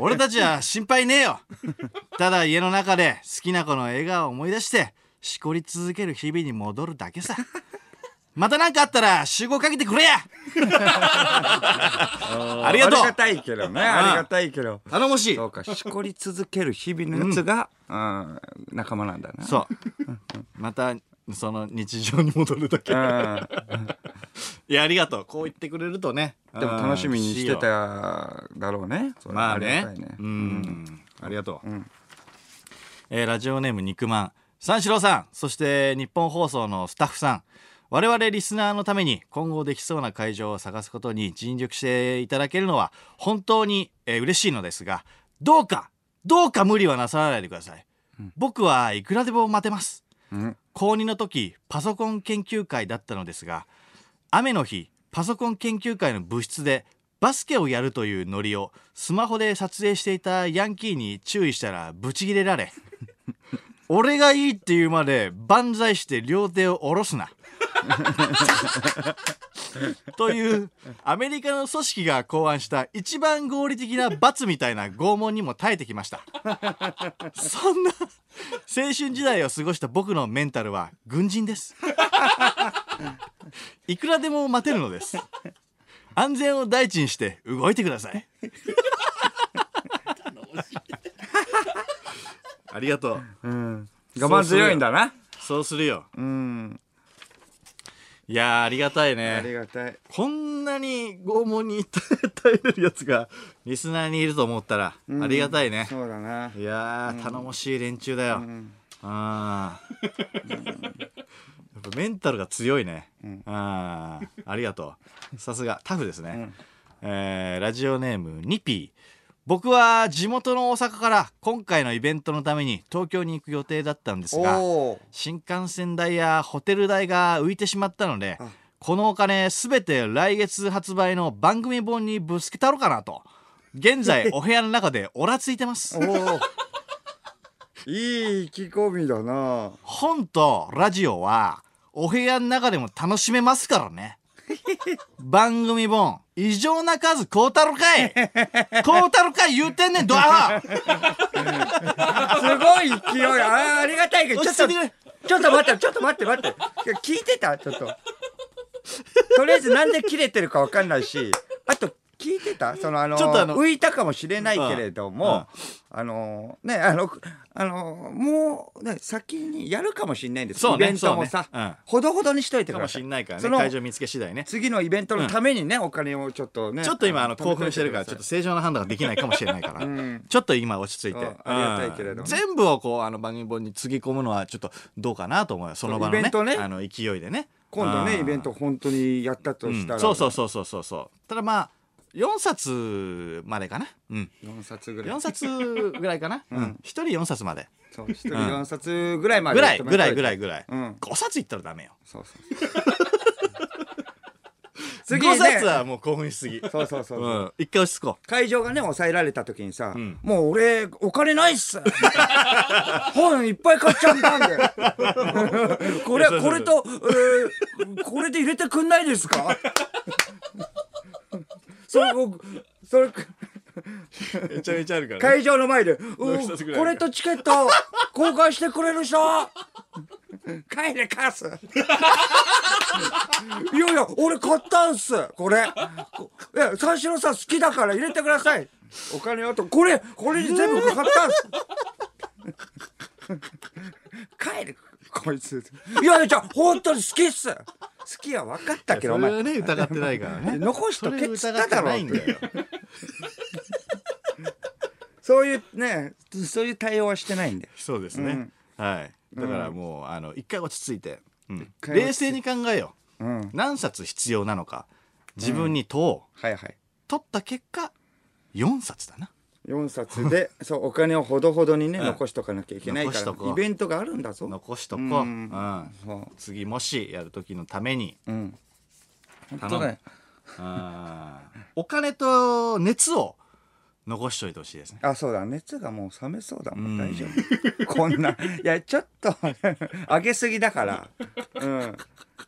俺たちは心配ねえよただ家の中で好きな子の笑顔を思い出してしこり続ける日々に戻るだけさまた何かあったら集合かけてくれやありがとう
ありがたいけどね
ん
ありがたいけど
頼もしい
そうかしこり続ける日々のやつが、うん仲間なんだな
そうまたその日常に戻るだけ
うん
いやありがとうこう言ってくれるとね
でも楽しみにして
よ
ただろうね。それは
まあ
り
ね
がたい
うんありがとう、
ん
えーラジオネーム肉まん三四郎さんそして日本放送のスタッフさん我々リスナーのために今後できそうな会場を探すことに尽力していただけるのは本当に、えー嬉しいのですがどうかどうか無理はなさらないでください、僕はいくらでも待てます
うん
高2の時パソコン研究会だったのですが雨の日パソコン研究会の部室でバスケをやるというノリをスマホで撮影していたヤンキーに注意したらブチギレられ俺がいいって言うまで万歳して両手を下ろすな というアメリカの組織が考案した一番合理的な罰みたいな拷問にも耐えてきましたそんな青春時代を過ごした僕のメンタルは軍人 です。いくらでも待てるのです。安全を第一にして動いてくださ い。ありがとう。
うん我慢強いんだな。
そうするよ。
うん。
いやーありがたい
あり
ね。
がたい。
こんなに拷問に耐えれるやつがリスナーにいると思ったらありがたいね。
そうだな。
いやー頼もしい連中だよ。
ん
ああ。 やっぱメンタルが強いね。ああ、ありがとう。さすがタフですね。えーラジオネームニピー。僕は地元の大阪から今回のイベントのために東京に行く予定だったんですが。
おお。
新幹線代やホテル代が浮いてしまったので
あ
このお金すべて来月発売の番組本にぶつけたろかなと現 在お部屋の中でオラついてます
おお。いい意気込み だな。
本とラジオはお部屋の中でも楽しめますからね番組本異常な数買うたろか い買うたろかい言うてんねんドアホ
すごい勢い。あーありがたいけど、ちょっと、
落ち着いて
ちょっと待って、ちょっと待って、待って。いや聞いてたちょっと。とりあえずなんで切れてるかわかんないし、あと、聞いてたそのあの
ちょっとあの
浮いたかもしれないけれども、あのね、あの、あの、もう、ね、先にやるかもしれないんです
そうね
イベントもさ、
そうねうん
ほどほどにしといてく
か
だ
も
さ
し
い。
んないから
そ
ね
の
会場見つけ次第ね
次のイベントのためにね、お金をちょっとね。
ちょっと今あの興奮してるから
貯
ちょっと
めといてください
正常な判断ができないかもしれないから、
ん
ちょっと今落ち着いて
そうありがたいけれども
うん全部をこうあの番組本につぎ込むのはちょっとどうかなと思うよその場のね
イベントね
あの勢いでね
今度
う
ね、
ん
イベント本当にやったとしたら、
うんそうそうそうそうそうそうただまあ4冊までかなうん
4冊ぐらい
4冊ぐらいかな、うん1人4冊まで
そう一人4冊ぐらいまで
ぐらい
止め
ぐらい
とて
ぐらいぐらい、
うん
5冊いったらダメよ
そうそう
5
次ね
冊はもう興奮しすぎ
そうそうそう
う
そうん
一回落ち着こ
会場がね抑えられた時にさ、
ん
もう俺お金ないっす本いっぱい買っちゃったんでこれ
そうそうそう
これと、えーこれで入れてくんないですか それ僕それ
うめちゃめちゃあるから、ね、
会場の 前で「う
う一つぐ
ん
らい
これとチケット交換してくれ る人帰れカス」 「いやいや俺買ったんすこれ」こ「いや三四郎さん好きだから入れてください」お金あとこれこれに全部かかったんす 帰るこいついやいやじゃあ本当に好きっす好きは分かったけどお
それは
前
ね疑ってないからね
残しとけっつっただろ
それ疑ってないんだよ
そういうねそういう対応はしてないんで
そうですね、はいだからもう、あの一回落ち着いて、うん
回落ち着いて
冷静に考えよう、
うん
何冊必要なのか自分に問おう、
はいはい
取った結果4冊だな
4 冊でそうお金をほどほどにね
うん
残しとかなきゃいけないか
残しとこ
ら
う
イベントがあるんだぞ
残しとこう、
う
うんん
そ
次もしやる時のために
ううん本
頼む
当だよ
あーお金と熱を残しといてほしいですね
あそうだ熱がもう冷めそうだも
うん
ん大丈夫 こんないやちょっと 上げすぎだからうん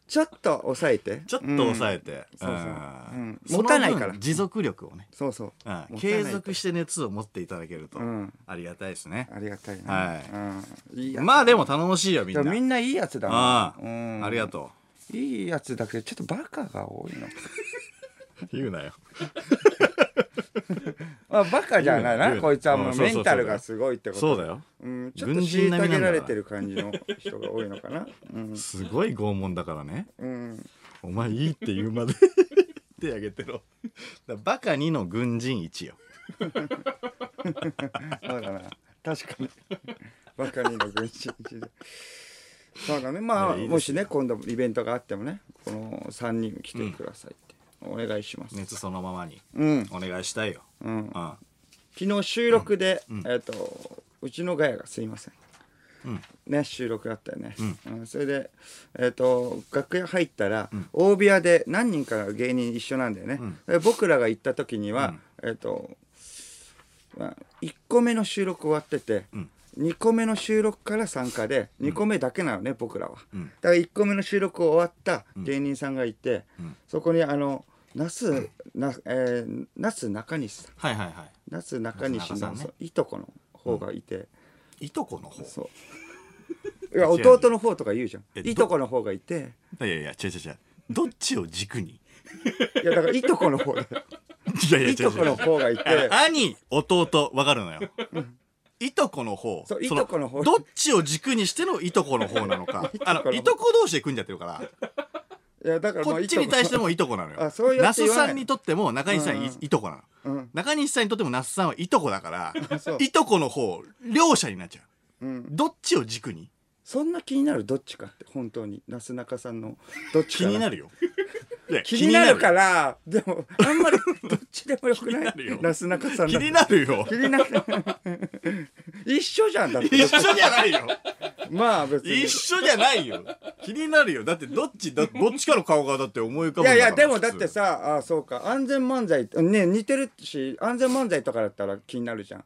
ちょっと抑えて
ちょっと
うん
抑えて、
そうそう
うん
うん
その
持たないから
分持続力をね、
そうそう
うん
もったいない
継続して熱を持っていただけると
うん
ありがたいですね、
ありがたいな
はい
うんいいや
まあでも頼もしいよみん
で
な
もみんないいやつだ
ああ、
なうん
ありがと
いいやつだけどちょっとバカが多いの
う言うなよ
まあバカじゃない
言う
な
な
こいつは
う
も
ん
う
そうそう
メ
そう
ンタルがすごいってこと
そうだよ
うん、ちょっと
軍人並
虐
みなんだ
げ
から
られてる感じの人が多いのかな。うん、
すごい拷問だからね
うん、
お前いいって言うまで 手あげてろだからバカ2の軍人1よ
そうだな。確かに。バカにの軍人で。そうだね。まあ
ねいいですね
もしね今度イベントがあってもね、この三人来てくださいって、お願いします。
熱そのままに
うん、
お願いしたいよ、
うん。
うん、
昨日収録で、えっ、とうちのガヤがすいません、
うん
ね収録だったよね、
ん
うんそれでえっ、と楽屋入ったら、大部屋で何人かが芸人一緒なんだよね、で僕らが行った時には、えっ、と、まあ、1個目の収録終わってて、
ん
2個目の収録から参加で2個目だけなのね、僕らは、
ん
だから1個目の収録終わった芸人さんがいて、そこにあの那須な、えー、那須中西さん
はいはいは
なすなかにしの
中さんね
そういとこの方がいて、
いいとこの方
そういや弟の方とか言うじゃん
えど
いとこの方がいて
いやいや違う違う違うどっちを軸に
いやだからいとこの方だよ
いやいや違
いとこの方がいて
兄弟わかるのよいとこの方
そういとこの方
どっちを軸にしてのいとこの方なの かあのいとこ同士で組んじゃってるから
いやだから
こっちに対して
も
もいとこなのよ。
あそうや
那
って
須
言わない
さんにとっても中西さんい,、
うん
いとこなの。
うん
中西さんにとっても那須さんはいとこだから
そう
いとこの方両者になっちゃう。
うん、
どっちを軸に
そんな気になるどっちかって本当になすなかさんのどっち
気
か
にな
る
るよ。いや。
気になるかららでもあんまりどっちでもよくな
気にないるよ
なすなかさん
気
だ
になるよ
気。になる 一緒じゃんだって
一緒じゃない よ。
まあ別に
一緒じゃないよ。気になるよ。だってどっちだどっちかの顔がだって思い浮かぶん
い
から
やいやでもだって
普通
さあーそうか安全漫才ね似てるし安全漫才とかだったら気になるじゃん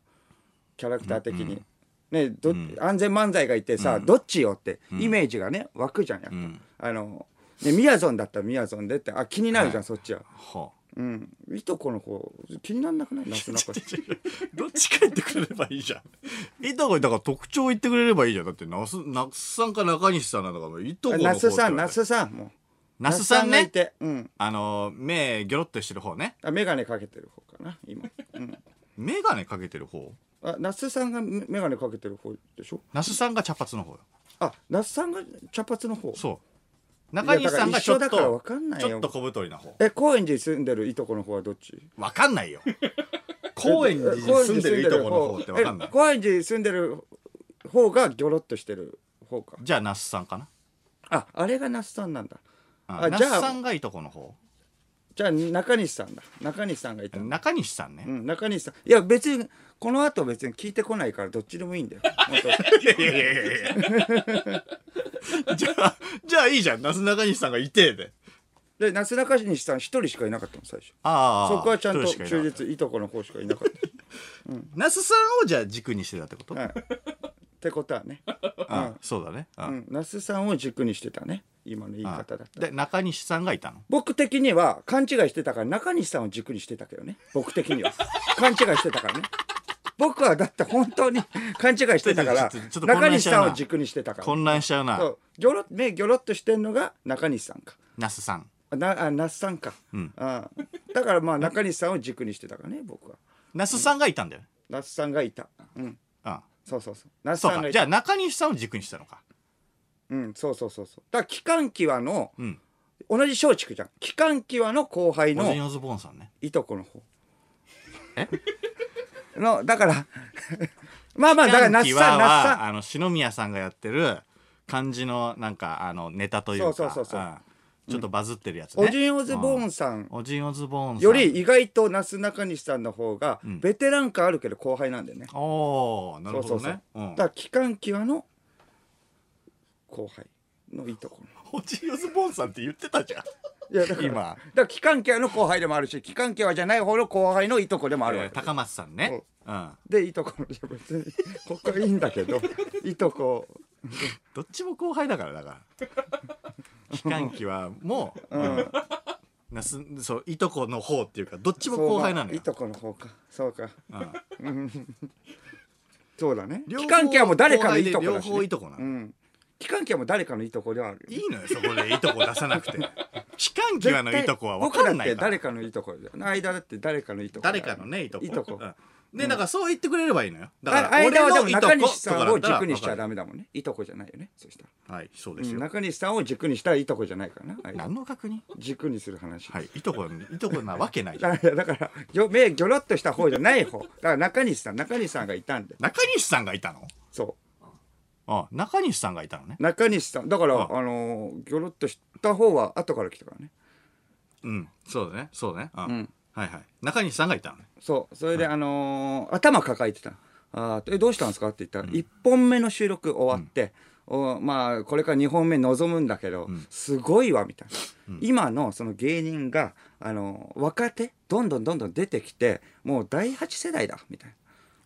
キャラクター的に、ねど、安全漫才がいてさ、どっちよってイメージがね湧くじゃんやっぱ、
ん
あのねみやぞんだったらみやぞんでってあ気になるじゃん、そっちは
はあ
うんいとこの方気になんなくないなすなか
どっちか言ってくれればいいじゃん。いとこにだから特徴言ってくれればいいじゃん。だって那須那須さんか中西さんなんだからいとこの方
那須さん
って
那須さんもう
那須さん
がい
ね
て、うん、
あの目ギョロッとしてる方ね
あ眼鏡かけてる方かな今、うん、
眼鏡かけてる方
あ那須さんが眼鏡かけてる方でしょ
那須さんが茶髪の方よ
あ那須さんが茶髪の方
そう中西さんがちょっ
いやだから一緒だから
と
分かんない
ち
よ
ょっと小太りな方
え高円寺に住んでるいとこの方はどっち
わかんない よ高円寺に住んでるいとこの方ってわかんない
え高円寺に住んでる方がギョロッとしてる方か
じゃあ那須さんかな
ああれが那須さんなんだ
あ
あ
那
じ
須
ゃあ
さんがいとこの方
じゃあ中西さんだ中西さんがいたう
中西さんね、
ん中西さんいや別にこの後別に聞いてこないからどっちでも いいんだよ本
いやいやいやいやいやじゃあじゃあいいじゃん那須中西さんがいてえで
当でなすなかにしさん一人しかいなかったの最初
ああ
そこはちゃんと
一人しかい
忠
なかった
実いとこの方しかいなかっ
那須さんをじゃあ軸にしてたってこと、
た、はい、ってことはね、
ああそうだね、ああ
うん、那須さんを軸にしてたね今の言い方だったら
で中西さんがいたの
僕的には勘違いしてたから中西さんを軸にしてたけどね僕的には勘違いしてたからね僕はだって本当に勘違いしてたから
ちょっとちょっと混
中
乱し
西
ちゃう
さ
なん
を軸にしてたから
混乱しちゃう
そ
な
うギョロ目ギョロっとしてんのが中西さんか
那須さん
なあ那須さんか、
ん
あだからまあ中西さんを軸にしてたからね僕は
那須さんがいたんだよね
那須さんがいたうん
あ
そうそうそう那須
そう
さんが
か
い
じ
た
ゃあ中西さんを軸にしたのか
うんそうそうそうそうだから期間際の
うん
同じ松竹じゃん期間際の後輩
オズニ
の
オズボーンさんね
いとこの方
え
のだから まあ まあだから那須
キャン
さん
キワは
那須さん
あの篠宮さんがやってる感じのなんかあのネタというか
そうそうそうそうん
ちょっとバズってるやつね、
オジン・オズボー
ン
ンさん
オジンオズボーンさん
より意外と那須中西さんの方が
うん
ベテラン感あるけど後輩なんだよね、
おーなるほどね
そうそう
うん
だから期間際の後輩のいいとこ
オジンオズボーンさんって言ってたじゃん
いやだから
今
だから期間際の後輩でもあるし期間際じゃない方の後輩のいとこでもあるわ
えー
け、
高松さんねうん
でいとこのいや別にここはいいんだけどいとこ
どっちも後輩だからだ から期間期はもう、うんなすそういとこの方っていうかどっちも後輩なの
そう
よ
いとこの方かそうか
うん
そうだね
両方
期間際も誰かのいとこ
後輩
だ
で
し
両方い
ね
とこなの、
うん期間際も誰かのいとこではある
い
よ
いのよそこでいとこ出さなく て期間際のいとこは分かんない
絶対僕だって
から
誰かのいとこだよ間だって誰かのいとこだよ
誰かのねいとこ
いとこ
うんでだからそう言ってくれればいいのよだから
あ間はでも
俺のいと
中
こと
西
か
さん
だ
を
ったら
軸にしちゃ
わか
ダメだもんねいとこじゃないよねそしたら
るはいそうで
う
す
ん
よ、
中西さんを軸にしたらいいとこじゃないからなあいつ
何の確認
軸にする話、
はいいとこいとこなわけないじゃん
だからだからぎょ目ギョロッとした方じゃない方だから中西さん中西さんがいたんで
中西さんがいたの
そ
あ中西さんがいたのね
う中西さんだから
あ
あのーギョロッとした方は後から来たからね
うんそうだねそうだねうん、
うん
はいはい中西さんがいたのね
そうそれで、あのー頭抱えてたあーえどうしたんですかって言ったら、1本目の収録終わって、おまあこれから2本目望むんだけど、すごいわみたいな、今のその芸人が、あのー若手どんどんどんどん出てきてもう第8世代だみたいな。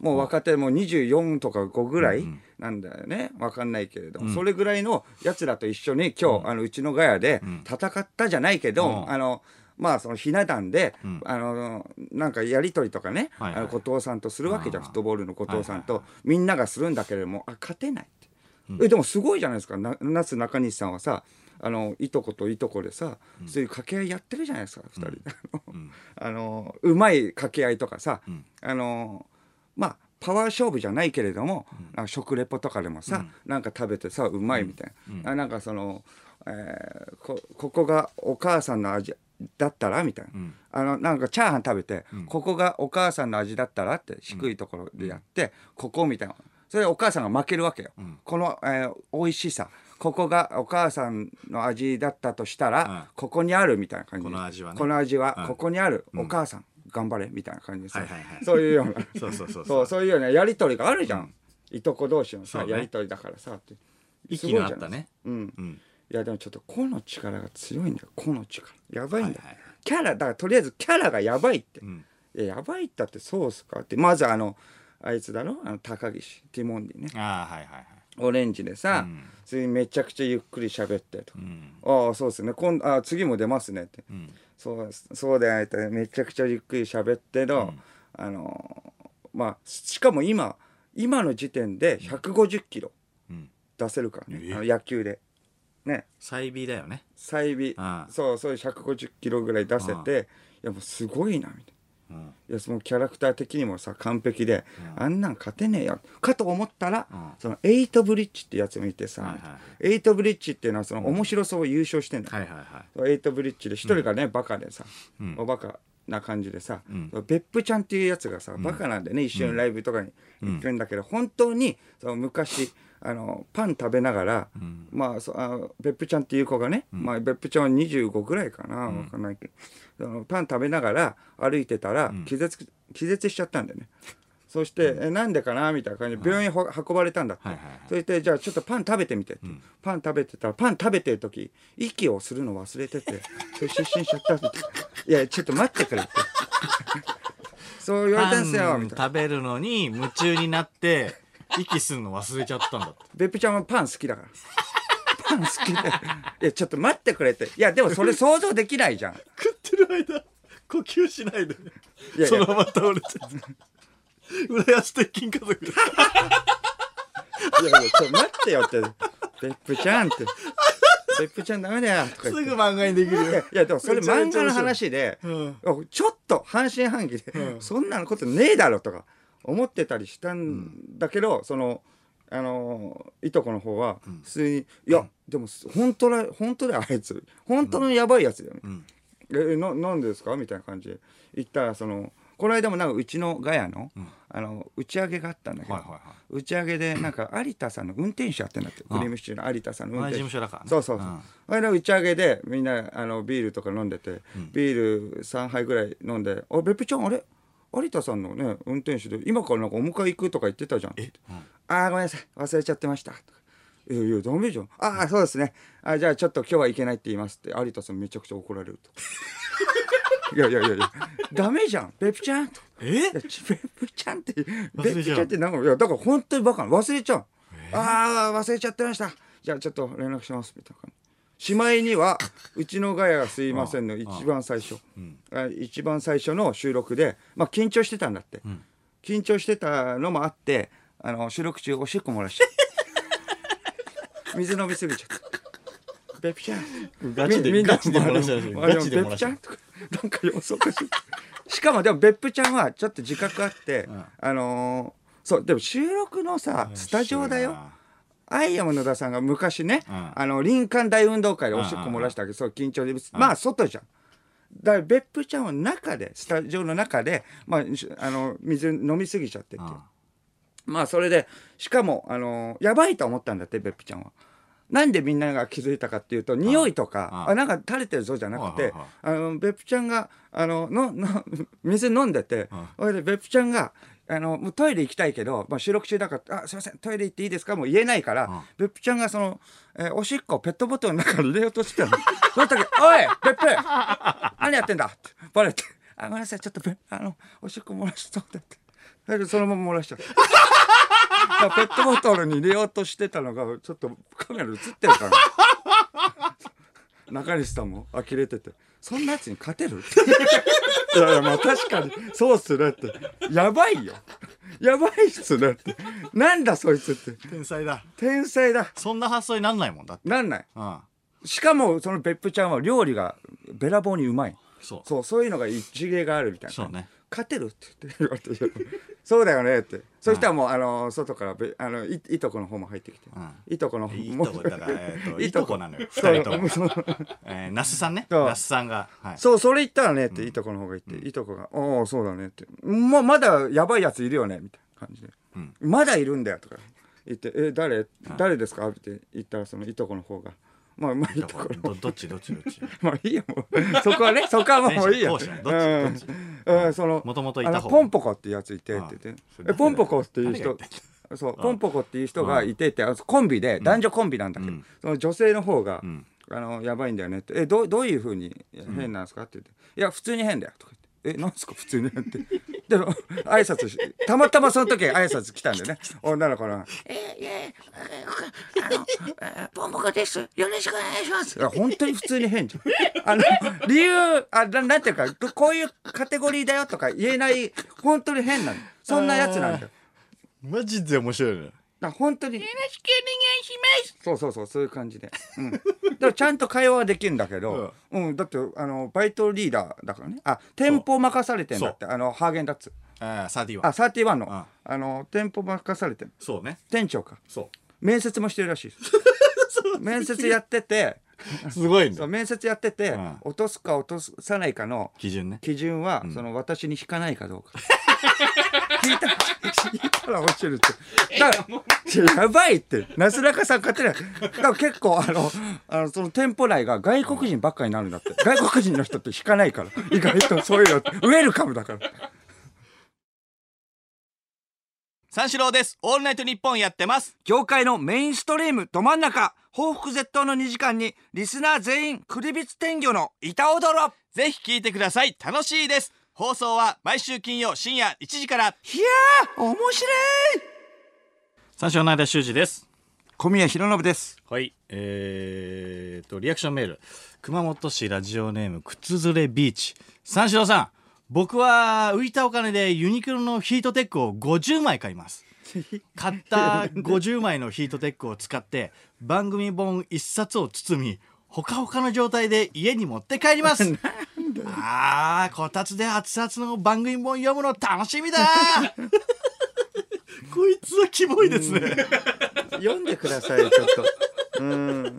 もう若手もう24とか5ぐらいなんだよね分かんないけれども、それぐらいのやつらと一緒に今日、うあのうちのガヤで戦ったじゃないけど、
うん
あのまあそのひな壇で、
ん
あのなんかやり取りとかね、
はいはい
あの後藤さんとするわけじゃん
あー
フットボールの後藤さんと、
は
みんながするんだけれどもあ勝てないって、えでもすごいじゃないですかななすなかにしさんはさあのいとこといとこでさ、そういう掛け合いやってるじゃないですか2人で、
ん
あのうまい掛け合いとかさ、
ん
あのまあパワー勝負じゃないけれども、なんか食レポとかでもさ、なんか食べてさうまいみたいな、あなんかその、えーこここがお母さんの味だったらみたいな、
ん
あのなんかチャーハン食べて、ここがお母さんの味だったらって低いところでやって、ここみたいなそれでお母さんが負けるわけよ、この、えー美味しさここがお母さんの味だったとしたら、ここにあるみたいな感じ
この味はね
この味は
うん
ここにある、お母さん頑張れみたいな感じでさ、
はいはいはい
そういうような
そうそうそう
そ
そうう
そういうようなやり取りがあるじゃん、いとこ同士のさ、
そうね
やり取りだからさってす
息
ごいじ
の
ゃ
合
ない
ったね
うん
うん
いやでもちょっと個の力が強いんだよ個の力やばいんだよ、
はいはい
キャラだからとりあえずキャラがやばいって、
ん
いややばいったってそうっすかってまずあのあいつだろあの高岸ティモンディね
ああはいはいはい
オレンジでさ、
うん
それにめちゃくちゃゆっくり喋ってと、
うん
ああそうですね今あ次も出ますねって、
うん
そうそうであえてめちゃくちゃゆっくり喋っての、あのまあしかも今今の時点で150キロ
うん
出せるからね、
え
あの野球でね
細微だよね
細微
ああ
そうそういう150キロぐらい出せていやもうすごいなみたいな。
うん
いやそのキャラクター的にもさ完璧で、あんなん勝てねえよかと思ったら、
うん
そのエイトブリッジってやつ見てさ、
はいはいは
エイトブリッジっていうのはその面白さを優勝してんだよ、
はいはいはい
エイトブリッジで一人がね、バカでさ、
うん
おバカな感じでさ、
ん
別府ちゃんっていうやつがさバカなんでね、一緒にライブとかに行くんだけど、本当にその昔あのパン食べながら、まあそあの別府ちゃんっていう子がね、まあ、別府ちゃんは25ぐらいかな、わかんないけどそのパン食べながら歩いてたら気絶,、気絶しちゃったんだよね。そして、えなんでかなみたいな感じで病院ほ運ばれたんだって、
はいはいはい
それでじゃあちょっとパン食べてみてって、パン食べてたらパン食べてる時息をするの忘れ ててそれ失神しちゃったみたいないやちょっと待ってくれってそう言われたんすよ
パン
みたいな
食べるのに夢中になって 息するの忘れちゃったんだって
別府ちゃんはパン好きだからパン好きでいやちょっと待ってくれっていやでもそれ想像できないじゃん
食ってる間呼吸しないで
いやいや
そのまま倒れちゃった浦安鉄筋家族
いやいや、ちょ、待ってよって、別府ちゃんって。別府ちゃんダメだよ」とか
す
言って
ぐ漫画にできる
いや
よ。
いやでもそれ
めちゃめ
漫
ちゃ
画の話で
うん
ちょっと半信半疑で、
うん
そんなのことねえだろとか思ってたりしたんだけど、そのあのいとこの方は普通に「いやでも本当だ本当だよあいつ本当のやばいやつだよね」
うん
えななんでですか?」みたいな感じで言ったらそのこの間もなんかうちのガヤの,、あの打ち上げがあったんだけど、
はいはいはい
打ち上げ でなんか有田さんの運転手やってんだって、クリームシチューの有田さんの運
同じ事
転手
務所だからね
そうそうそう、
うん
あれの打ち上げでみんなあのビールとか飲んでて、ビール3杯ぐらい飲んで「あ別府ちゃんあれ有田さんのね運転手で今からなんかお迎え行くとか言ってたじゃん」あーごめんなさい忘れちゃってました」とかいやいやダメじゃんああそうですねあじゃあちょっと今日は行けないって言いますって有田さんめちゃくちゃ怒られると いやいやいやいやダメじゃん別府ちゃんと
え
いやち別府ちゃんって別
忘れ
府
ち
ち
ゃう
ゃんってなんかいやだから本当にバカなの忘れちゃう、ああ忘れちゃってましたじゃあちょっと連絡しますみたいな感じしまいには「うちのガヤがすいませんの」一番最初、あ一番最初の収録でまあ緊張してたんだって、緊張してたのもあってあの収録中おしっこ漏らしちゃう水飲みすぎちゃった別府ちゃん
ガチで
みみんな
ガチで漏らしたらしい
あの
ガチで漏らした
あの別府ちゃんとかなんか予想かしいしかもでも別府ちゃんはちょっと自覚あって、あのーそうでも収録のさスタジオだよアイアム野田さんが昔ね、
うん
あの林間大運動会でおしっこ漏らしたわけ、そう緊張でまあ外じゃんだから別府ちゃんは中でスタジオの中で、まあ、しあの水飲みすぎちゃってっていう、まあそれでしかもあのやばいと思ったんだって別府ちゃんは。なんでみんなが気づいたかっていうと匂いとか
あ
あなんか垂れてるぞじゃなくて
はい
あの別府ちゃんがあののの水飲んでてそれで別府ちゃんがあのもうトイレ行きたいけど、まあ、収録中だから「あすいませんトイレ行っていいですか?」もう言えないから別府ちゃんがその、えーおしっこをペットボトルの中に入れようとしてたのその時「おい別府何やってんだ!」ってバレて「あごめんなさいちょっとべあのおしっこ漏らしそうだ」ってそれでそのまま漏らしちゃった。だからペットボトルに入れようとしてたのがちょっとカメラ映ってるから 中西さんも呆れててそんなやつに勝てる いやいやまあ確かにそうっすねってやばいよやばいっすねってなんだそいつって
天才だ
天才だ
そんな発想になんないもんだって
なんない
うん
しかもその別府ちゃんは料理がべらぼうにうまい
そう
そうそういうのが一芸があるみたいな
そうね
勝てるって言って言われていやそうだよねってそしたらもうあの外からべあのいいとこの方も入ってきて、
うん
いとこの方
いい
も
とこだからえっと
い
い
いとこ
とこなのよ
そう
二人とも
そう
えー那須さんね
そう
那須さんがはい
そうそれ言ったらねっていとこの方が言って、いとこが「ああそうだね」って「ままだやばいやついるよね」みたいな感じで「
うん
まだいるんだよ」とか言って「え誰誰ですか?」って言ったらそのいとこの方が「まあまあい
ど
とこの
どどっちどっちどっち
まあいいよもうそこは ねそこはもういいよ。
後者後者どっち
うんうんその
元々いた方
あのポンポコっていうやついてって言っ
あそ
て
れ
えポンポコっていう
誰が
人
言って
そうポンポコっていう人がいてってあのコンビで男女コンビなんだけど、
うん
その女性の方が、
ん
あのやばいんだよねってえどうどういうふうに変なんですかって言っていや普通に変だよとか言ってえなんですか普通に変って でも挨拶したまたまその時挨拶来たん でね女の子の
えー、えー、あの、えーポンポコです。よろしくお願いします。
いや本当に普通に変じゃん。あの、理由、あ、ななんていうか、こういうカテゴリーだよとか言えない、本当に変なの。そんなやつなんだよ。だか
マジで面白いね
ら本当に、
よろしくお願いします。
そうそうそう、そういう感じで。うん。だからちゃんと会話はできるんだけど、うん、だって、あの、バイトリーダーだからね。あ、店舗任されてんだって、あの、ハーゲンダッツ。
あーサーティ
あ、
ワン
31の、
あ
あの、店舗任されてん
そうね
店長か。
そ
面接もしてるらしいです。 面接やってて、
うすごいね
そう、面接やってて、
うん
落とすか落とさないかの、
基準ね
基準は、その私に引かないか どうか引いた引いたら落ちるってだからやばいってなすなかさん勝てないだから結構あのあのその店舗内が外国人ばっかりになるんだって外国人の人って引かないから意外とそういうのってウェルカムだから
三四郎ですオールナイトニッポンやってます
業界のメインストリームど真ん中報復絶倒の2時間にリスナー全員クリビツ天魚の板踊ろ
ぜひ聞いてください楽しいです放送は毎週金曜深夜1時から
いやー面白い
三四郎の間修二です
小宮浩信です
はいえー、とリアクションメール熊本市ラジオネーム靴ずれビーチ三四郎さん僕は浮いたお金でユニクロのヒートテックを50枚買い ます買った50枚のヒートテックを使って番組本1冊を包みほかほかの状態で家に持って帰ります あーこたつで熱々の番組本読むの楽しみだ こいつはキモいですね
読んでくださいちょっとうん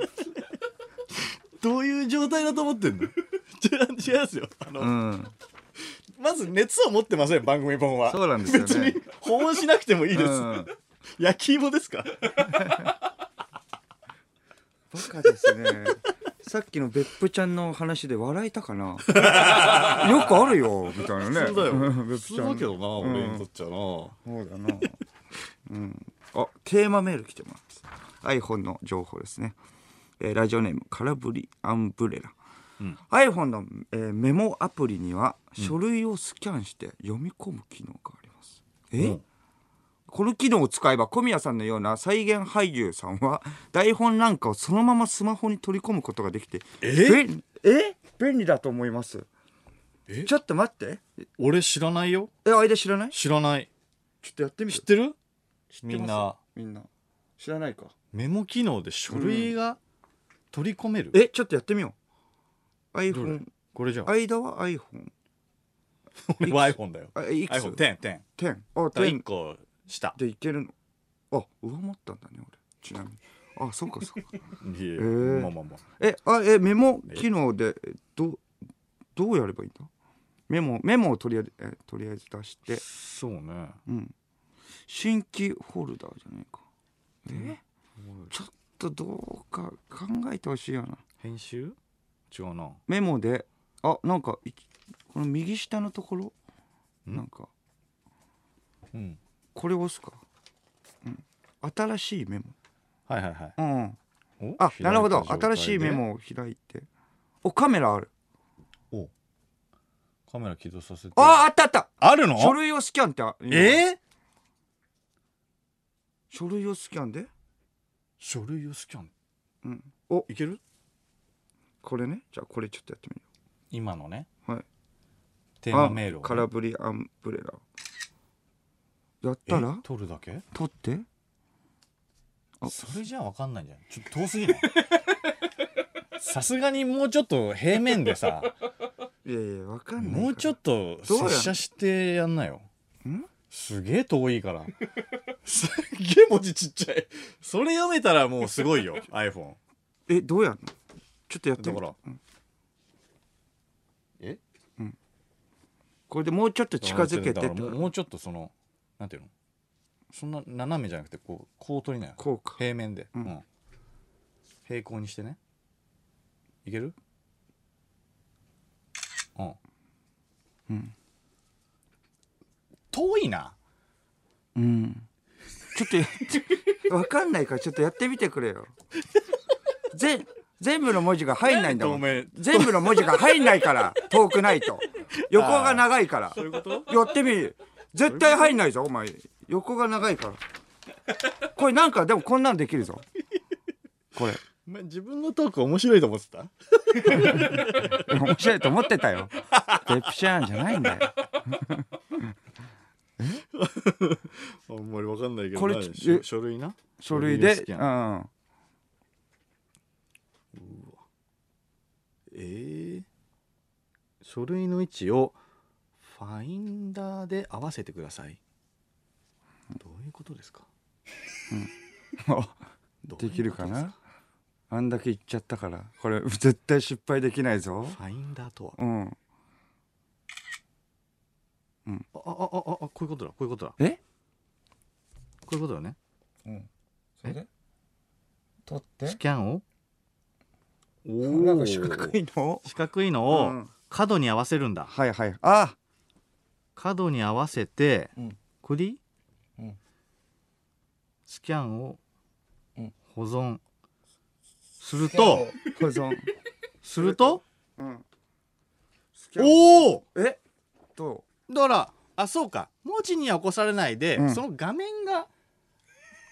どういう状態だと思ってんの 違う違いますよあの、
うん
まず熱を持ってません番組本は
そうなんですよね
別に保温しなくてもいいです、
うん
焼き芋ですか
バカです ねさっきの別府ちゃんの話で笑えたか なよくあるよみたいなね
そうだよ普
別府
通
ちゃん
だけどな、俺
うん
にとっちゃな
そうだな。 うん。あ、テーマメール来てます。iPhone の情報ですね。えーラジオネーム、空振りアンブレラ。
ん
iPhone の、えーメモアプリには書類をスキャンして読み込む機能があります。え、
うん
この機能を使えば小宮さんのような再現俳優さんは台本なんかをそのままスマホに取り込むことができて
え
便え便利だと思います
え
ちょっと待って
俺知らないよ
え間知らない
知らない
ちょっとやってみる
知ってる
ってます
みんな
みんな知らないか
メモ機能で書類が取り込める、
えちょっとやってみよう
どれ
iPhone
これじゃん
間は iPhone
俺は iPhone だよ
あいくつ
iPhone1010 だか
10, あ
ら1
10
個下
でいけるのあ上回ったんだね俺ちなみにあそうかそうか
いやいや
ー
まあまあまあ
えあえメモ機能でえどどうやればいいんだメモメモをとりあえずえとりあえず出して
そうね
うん新規ホルダーじゃないかえちょっとどうか考えてほしいよな
編集違うな
メモであなんかいこの右下のところ
ん
なんか
うん
これ押すか、うん、新しいメモ
はいはいはい
うん
お
あ
開いた
なるほど
状態で
新しいメモを開いておカメラある
おカメラ起動させて
ああったあった
あるの
書類をスキャンってあ
えー
書類をスキャンで
書類をスキャン
うんお
いける
これねじゃあこれちょっとやってみる
今のね
はい
テーマメールをね
あ空振りアンブレラやったら
え取るだけ
取ってあ
それじゃわかんないんじゃんちょっと遠すぎないさすがにもうちょっと平面で さ
いやいやわかんない
もうちょ
っ
っと
どうやん
拙者してやんなよ
ん
すげえ遠いからすっげえ文字ちっちゃいそれ読めたらもうすごいよ iPhone
とえどうやんのちょっとやって
だ
み
か
る
らえ
これでもうちょっと近づけて
だ
って
からもうもうちょっとそのなんていうのそんな斜めじゃなくてこうこう取りなよ
こうか
平面で、
うん
うん平行にしてねいけるうん、
うん
遠いな
うん。ちょっとやって、わかんないからちょっとやってみてくれよ。ぜ、全部の文字が入んないんだも
なんんで。
全部の文字が入んない から、遠くないと。横が長いから。
ういうこと
やってみ。絶対入んないぞ、お前。横が長いから。これなんか、でもこんなんできるぞ。これ。
お前自分のトーク面白いと思ってた
面白いと思ってたよ。デプシャーンじゃないんだよ。
あんまりわかんないけど
これ
な
ちょ
し
え
書類な
書
書類
類で
をス、キ
う
ャ
ん。
えー、書類の位置をファインダーで合わせてくださいどういうことですかどういうこと
できるか
です
なあんだけ言っちゃったから、これ絶対失敗できないぞ。
ファインダーとは
うん。
あああああこういうことだこういうことだこ
え
ういうことだね
うん。
それで
取っ
スキャンをおー
なんか四角いの
四角いの
う
を
ん
角に合わせるんだ
はいはい。あ
角に合わせて
うん
これでいい
うん
スキャンを
うん
保存すると
保存。
すると
うん。
おお
えど
だからあそうか文字には起こされないで、
うん
その画面が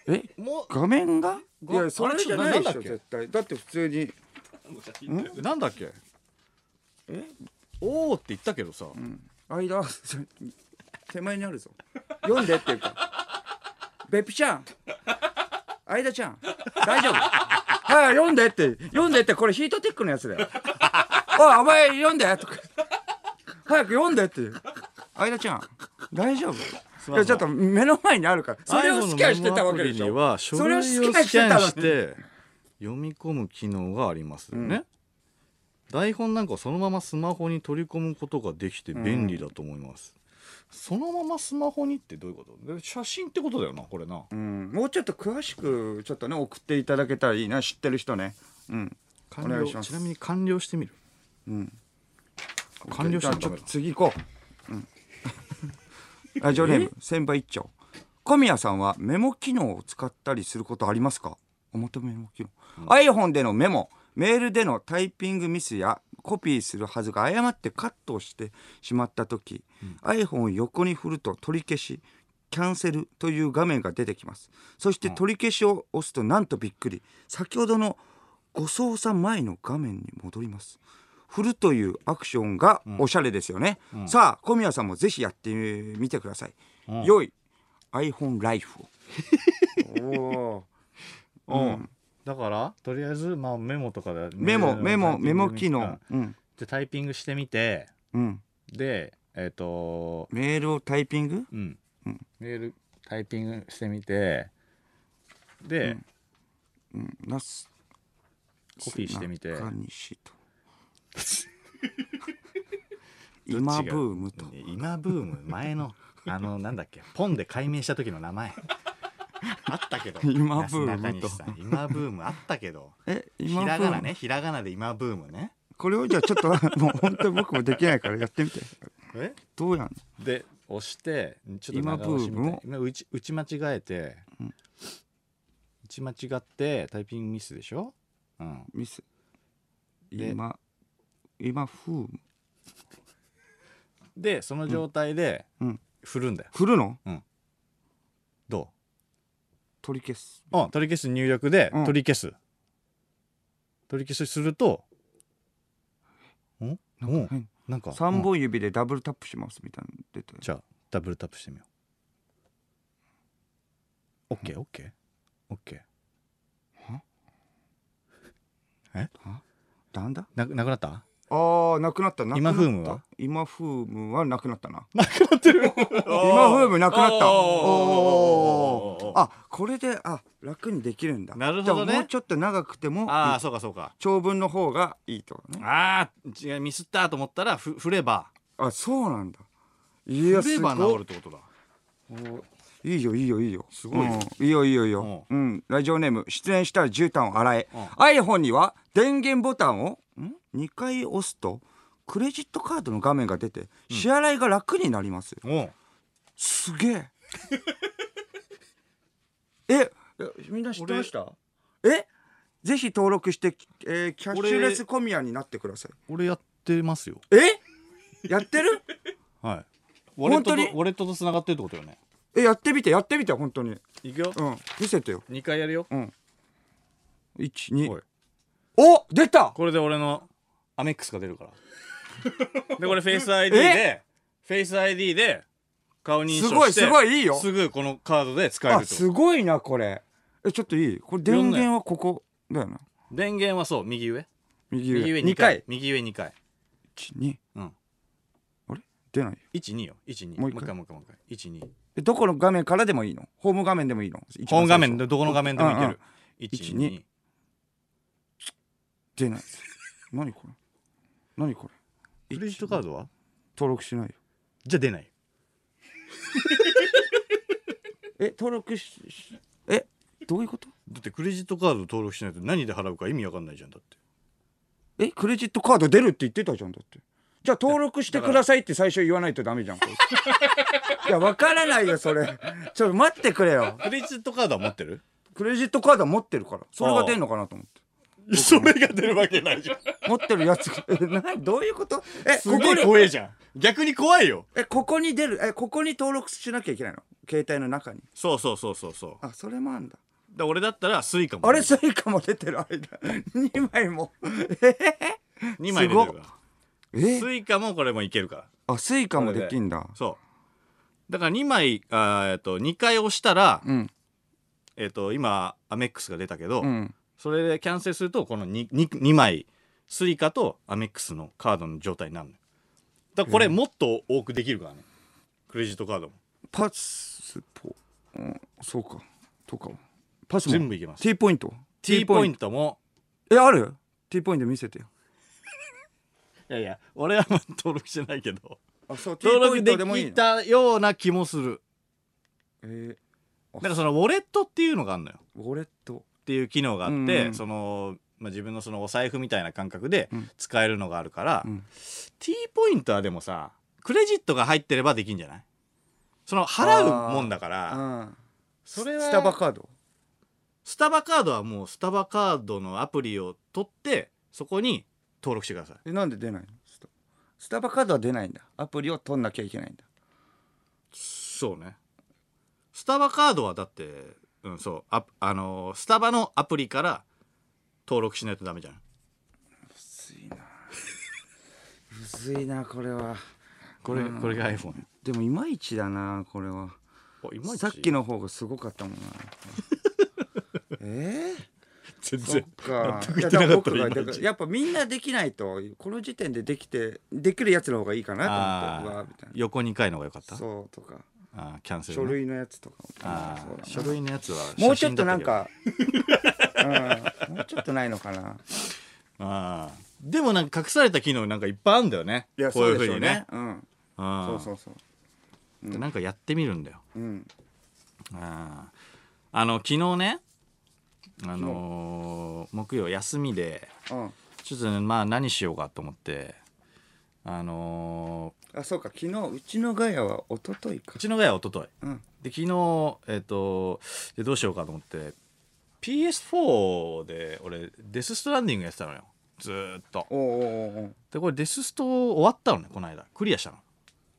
うえ
も
画面がい
が
や、それじゃないでし
あれちょっとなんだっけ
ょ、絶対。だって普通に。
うなんだっけ
え
おおって言ったけどさ、
うん。間手前にあるぞ読んでっていうかべっぴちゃん間ちゃん大丈夫はい読んでって読んでってこれヒートテックのやつだよおいお前読んでとか早く読んでって間ちゃん大丈夫いやちょっと目の前にあるからそれをスキャンしてたわけでし
iPhone のメモアプリに
ょ
は
それをスキ
書類を
ャ
ス
ンし
キ
て
ャ
た
ン
わ
し
け
て読み込む機能がありますよね、台本なんかをそのままスマホに取り込むことができて便利だと思います、そのままスマホにってどういうことで写真ってことだよなこれな
うん、もうちょっと詳しくちょっとね送っていただけたらいいな知ってる人ねうん
完
お願
了
いします
ちなみに完了してみる完了し
じ
た
ゃあ
ら
ち
ダ
ょっ
メだ
と次行こ う、うん、ラジオネーム先輩一丁小宮さんはメモ機能を使ったりすることありますか表メモ機能、iPhone でのメモメールでのタイピングミスやコピーするはずが誤ってカットをしてしまった時、iPhone を横に振ると取り消しキャンセルという画面が出てきますそして取り消しを押すとなんとびっくり先ほどのご操作前の画面に戻ります振るというアクションがおしゃれですよね、さあ小宮さんもぜひやってみてください、良い iPhone ライフを お
うん、だからとりあえず、まあ、メモとかで
メモメモメモ機
でタイ
能
ピングでタイピン
うん、
グしてみて
うん、
でえっ、と
メールをタイピング
うん、メールタイピングしてみてで、
なす
コピーしてみて
中西 と今ブームと
今ブーム前 のあのなんだっけポンで解明した時の名前あったけど
今ブームと
なすなかにしさん今ブームあったけど
え
ひ
今ブ
らがな
ーム
ねひらがなで今ブームね
これをじゃあちょっと もう本当に僕もできないからやってみて
え
どうやんの
で押してちょっと長押しみたい今打ち打ち間違えて、打ち間違ってタイピングミスでしょ、うん、
ミス
で
今今風ーム
でその状態で
うん
振るんだよ、
振るの
ど
取り消す
う、うん、取り消す入力で
うん
取り消す、取り消しするとんお
はい
なんか
三
うん
本指でダブルタップしますみたいなの出てる
じゃあダブルタップしてみよう OKOKOK
なんだ
なくなくなった
あーなくなったなくなった
今風ムは
今風ムはなくなったな
なくなって る
今風ムなくなった
お
お
ー
ーあこれであ楽にできるんだ
なるほどね
じゃあもうちょっと長くても
ああそうかそうか
長文の方がいいってことね
ああ違うミスったと思ったらふ振れば
あそうなんだい
振
や
れ
す
ば
ご
治
い
るってことだ
いいよいいよいいよす
ごいよ
いいよいいよいいよ、うんラジオネーム出演したら絨毯を洗え、
うん
iPhone には電源ボタンをん2回押すとクレジットカードの画面が出て支払いが楽になります、
おう
すげ ええみんな知ってましたえぜひ登録して、えーキャッシュレス小宮になってください
俺やってますよ
えやってる
はいウォレッ
本
トと
当に
ウォレットと繋がってるってことよね
えやってみてやってみて本当に
いくよ
うん見せてよ
2回やるよおい
12お出た
これで俺のアメックスが出るから でこれフェイス ID でフェイス ID で顔認証して
すごいすごいいいよ
すぐこのカードで使える
あ
って
す
こと
ごいなこれえちょっといいこれ電源はここだよな
電源はそう右上
右上
右上2回
2回
右上2回
12
うん
あれ出ないよ
12よ12も
もう
う
一
一
回
回もう一回もう一回12
えどこの画面からでもいいのホーム画面でもいいの
ホーム画面
で
でどこの画面でもいけ
うんうん
る12
出ない何これ何これ
クレジットカードは
登録しないよ
じゃあ出ない
え登録ししえどういうこと
だってクレジットカード登録しないと何で払うか意味わかんないじゃんだって
えクレジットカード出るって言ってたじゃんだってじゃあ登録してくださいって最初言わないとダメじゃんこ いついやわからないよそれちょっと待ってくれよ
クレジットカードは持ってる
クレジットカードは持ってるからそれが出んのかなと思って
それが出るわけないじゃん
持ってるやつ がえなどういうことえ
す
こ
ご
こ
い
に
怖えじゃん逆に怖いよ
えここに出るえここに登録しなきゃいけないの携帯の中に
そうそうそうそうそう
あそれもあんだ
だ俺だったらスイカも
あれスイカも出てる間2枚も
2枚出てるから
え
スイカもこれもいけるから
あスイカもできんだ
そうだから2枚あーえっと2回押したら、
うん
えっと今アメックスが出たけど、
うん
それでキャンセルするとこの 2, 2, 2枚スイカとアメックスのカードの状態になるのよだからこれもっと多くできるからね、クレジットカードも
パスポ、うん、そうかとかはパスも
全部いけます
T ポイント
T ポイントも
えある T ポイント見せてよ
いやいや俺はまだ登録してないけど
あそう T
登
ポイ
録
ン
で
トでもいい
き
の
たような気もする
え
だからそのウォレットっていうのがあるのよ
ー、ウォレット
っていう機能があって、
うんうん
その、まあ、自分のそのお財布みたいな感覚で
うん
使えるのがあるから、
うん
T ポイントはでもさクレジットが入ってればできんじゃないその払うもんだから
あ
それは
スタバカード
スタバカードはもうスタバカードのアプリを取ってそこに登録してください
えなんで出ないのスタスタバカードは出ないんだアプリを取んなきゃいけないんだ
そうねスタバカードはだって、うん、そうああのースタバのアプリから登録しないとダメじゃん
むずいなむずいなこれは
これ
うん
これが iPhone
でもいまいちだなこれは
おいまいち
さっきの方がすご かったもんなえ
全
ー、そっ
然
か
納得い
い
っ
や
てな
だか
からった今
僕がだからやっぱみんなできないとこの時点でできてできるやつの方がいいかな
あ
と思ってうわ
あ
ーみたいな
横2回の方が良かった
そうとか
あーキャンセル
書
ね、
類のやつとか
あ
そうだ
ー
な
書類のやつは
もうちょ
写真
っと
だ
な
た
ん
けど
か、うん、もうちょっとないのかな
あーでもなんか隠された機能なんかいっぱいあるんだよねこういうふうにね
うん
あ
そ
ー
うそうそう
でなんかやってみるんだよ
うん
あーあの昨日ねあのー木曜休みで
うん
ちょっとねまあ何しようかと思ってあのー
あそうか昨日うちのガヤは一昨日か
うちの親は一昨日
うん
で昨日えっ、とでどうしようかと思って PS4 で俺デス・ストランディングやってたのよずーっと
おうおうおうおう
でこれデススト終わったのねこの間クリアしたの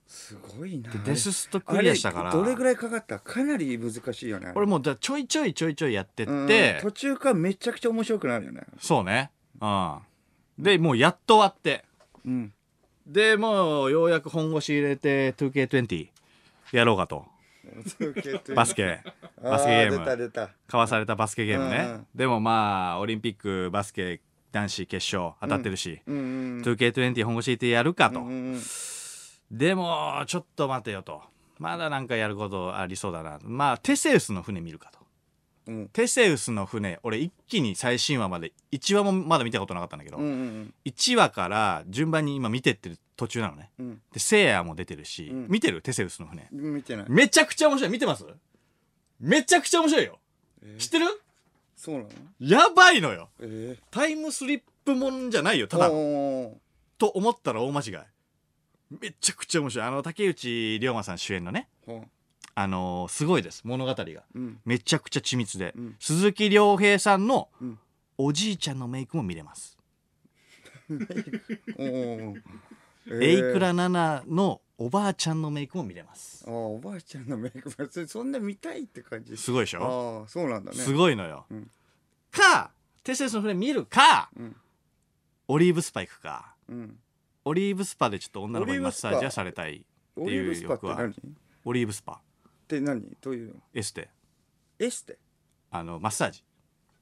すごいな
で
あれ
デスストクリアしたから
あれどれぐらいかかったかなり難しいよねあれ
俺もうだちょいちょいちょいちょいやってって、
うん途中からめちゃくちゃ面白くなるよね
そうねうんでもうやっと終わって
うん
でもうようやく本腰入れて 2K20 やろうかとバスケバスケゲー
出た
ム
出た
かわされたバスケゲームね、
うんうん
でもまあオリンピックバスケ男子決勝当たってるし、
うんうん
2K20 本腰入れてやるかと、
うんうんうん
でもちょっと待てよとまだなんかやることありそうだなまあテセウスの船見るかと
うん
テセウスの船俺一気に最新話まで1話もまだ見たことなかったんだけど、
うんうん
1話から順番に今見てってる途中なのね
うん
でセイヤも出てるし、
うん
見てるテセウスの船
うん見てない
めちゃくちゃ面白い見てますめちゃくちゃ面白いよ
え
知ってる
そうなの
やばいのよ
え
タイムスリップもんじゃないよ
え
ただ
おう
の
おうおう
と思ったら大間違いめちゃくちゃ面白いあの竹内涼真さん主演のね
ほ
あのーすごいです物語が
ううん
めちゃくちゃ緻密で、
うん
鈴木亮平さんの
うん
おじいちゃんのメイクも見れます、
おうおうおう
エイ
ええ
クラナナのおばあちゃんのメイクも見れます
ああおばあちゃんのメイク別にそんな見たいって感じ
すごいでしょ、
ああそうなんだね
すごいのよ、
うん
かテセウスの船見るか
うん
オリーブスパ行くか
うん
オリーブスパでちょっと女の子に
オリー
マッ
ブスパ
サージはされたい
オリーブスパっ
って
て
いう
何っ
欲オリーブスパ
て何どういうの
エステ
エステ
あのマッサージ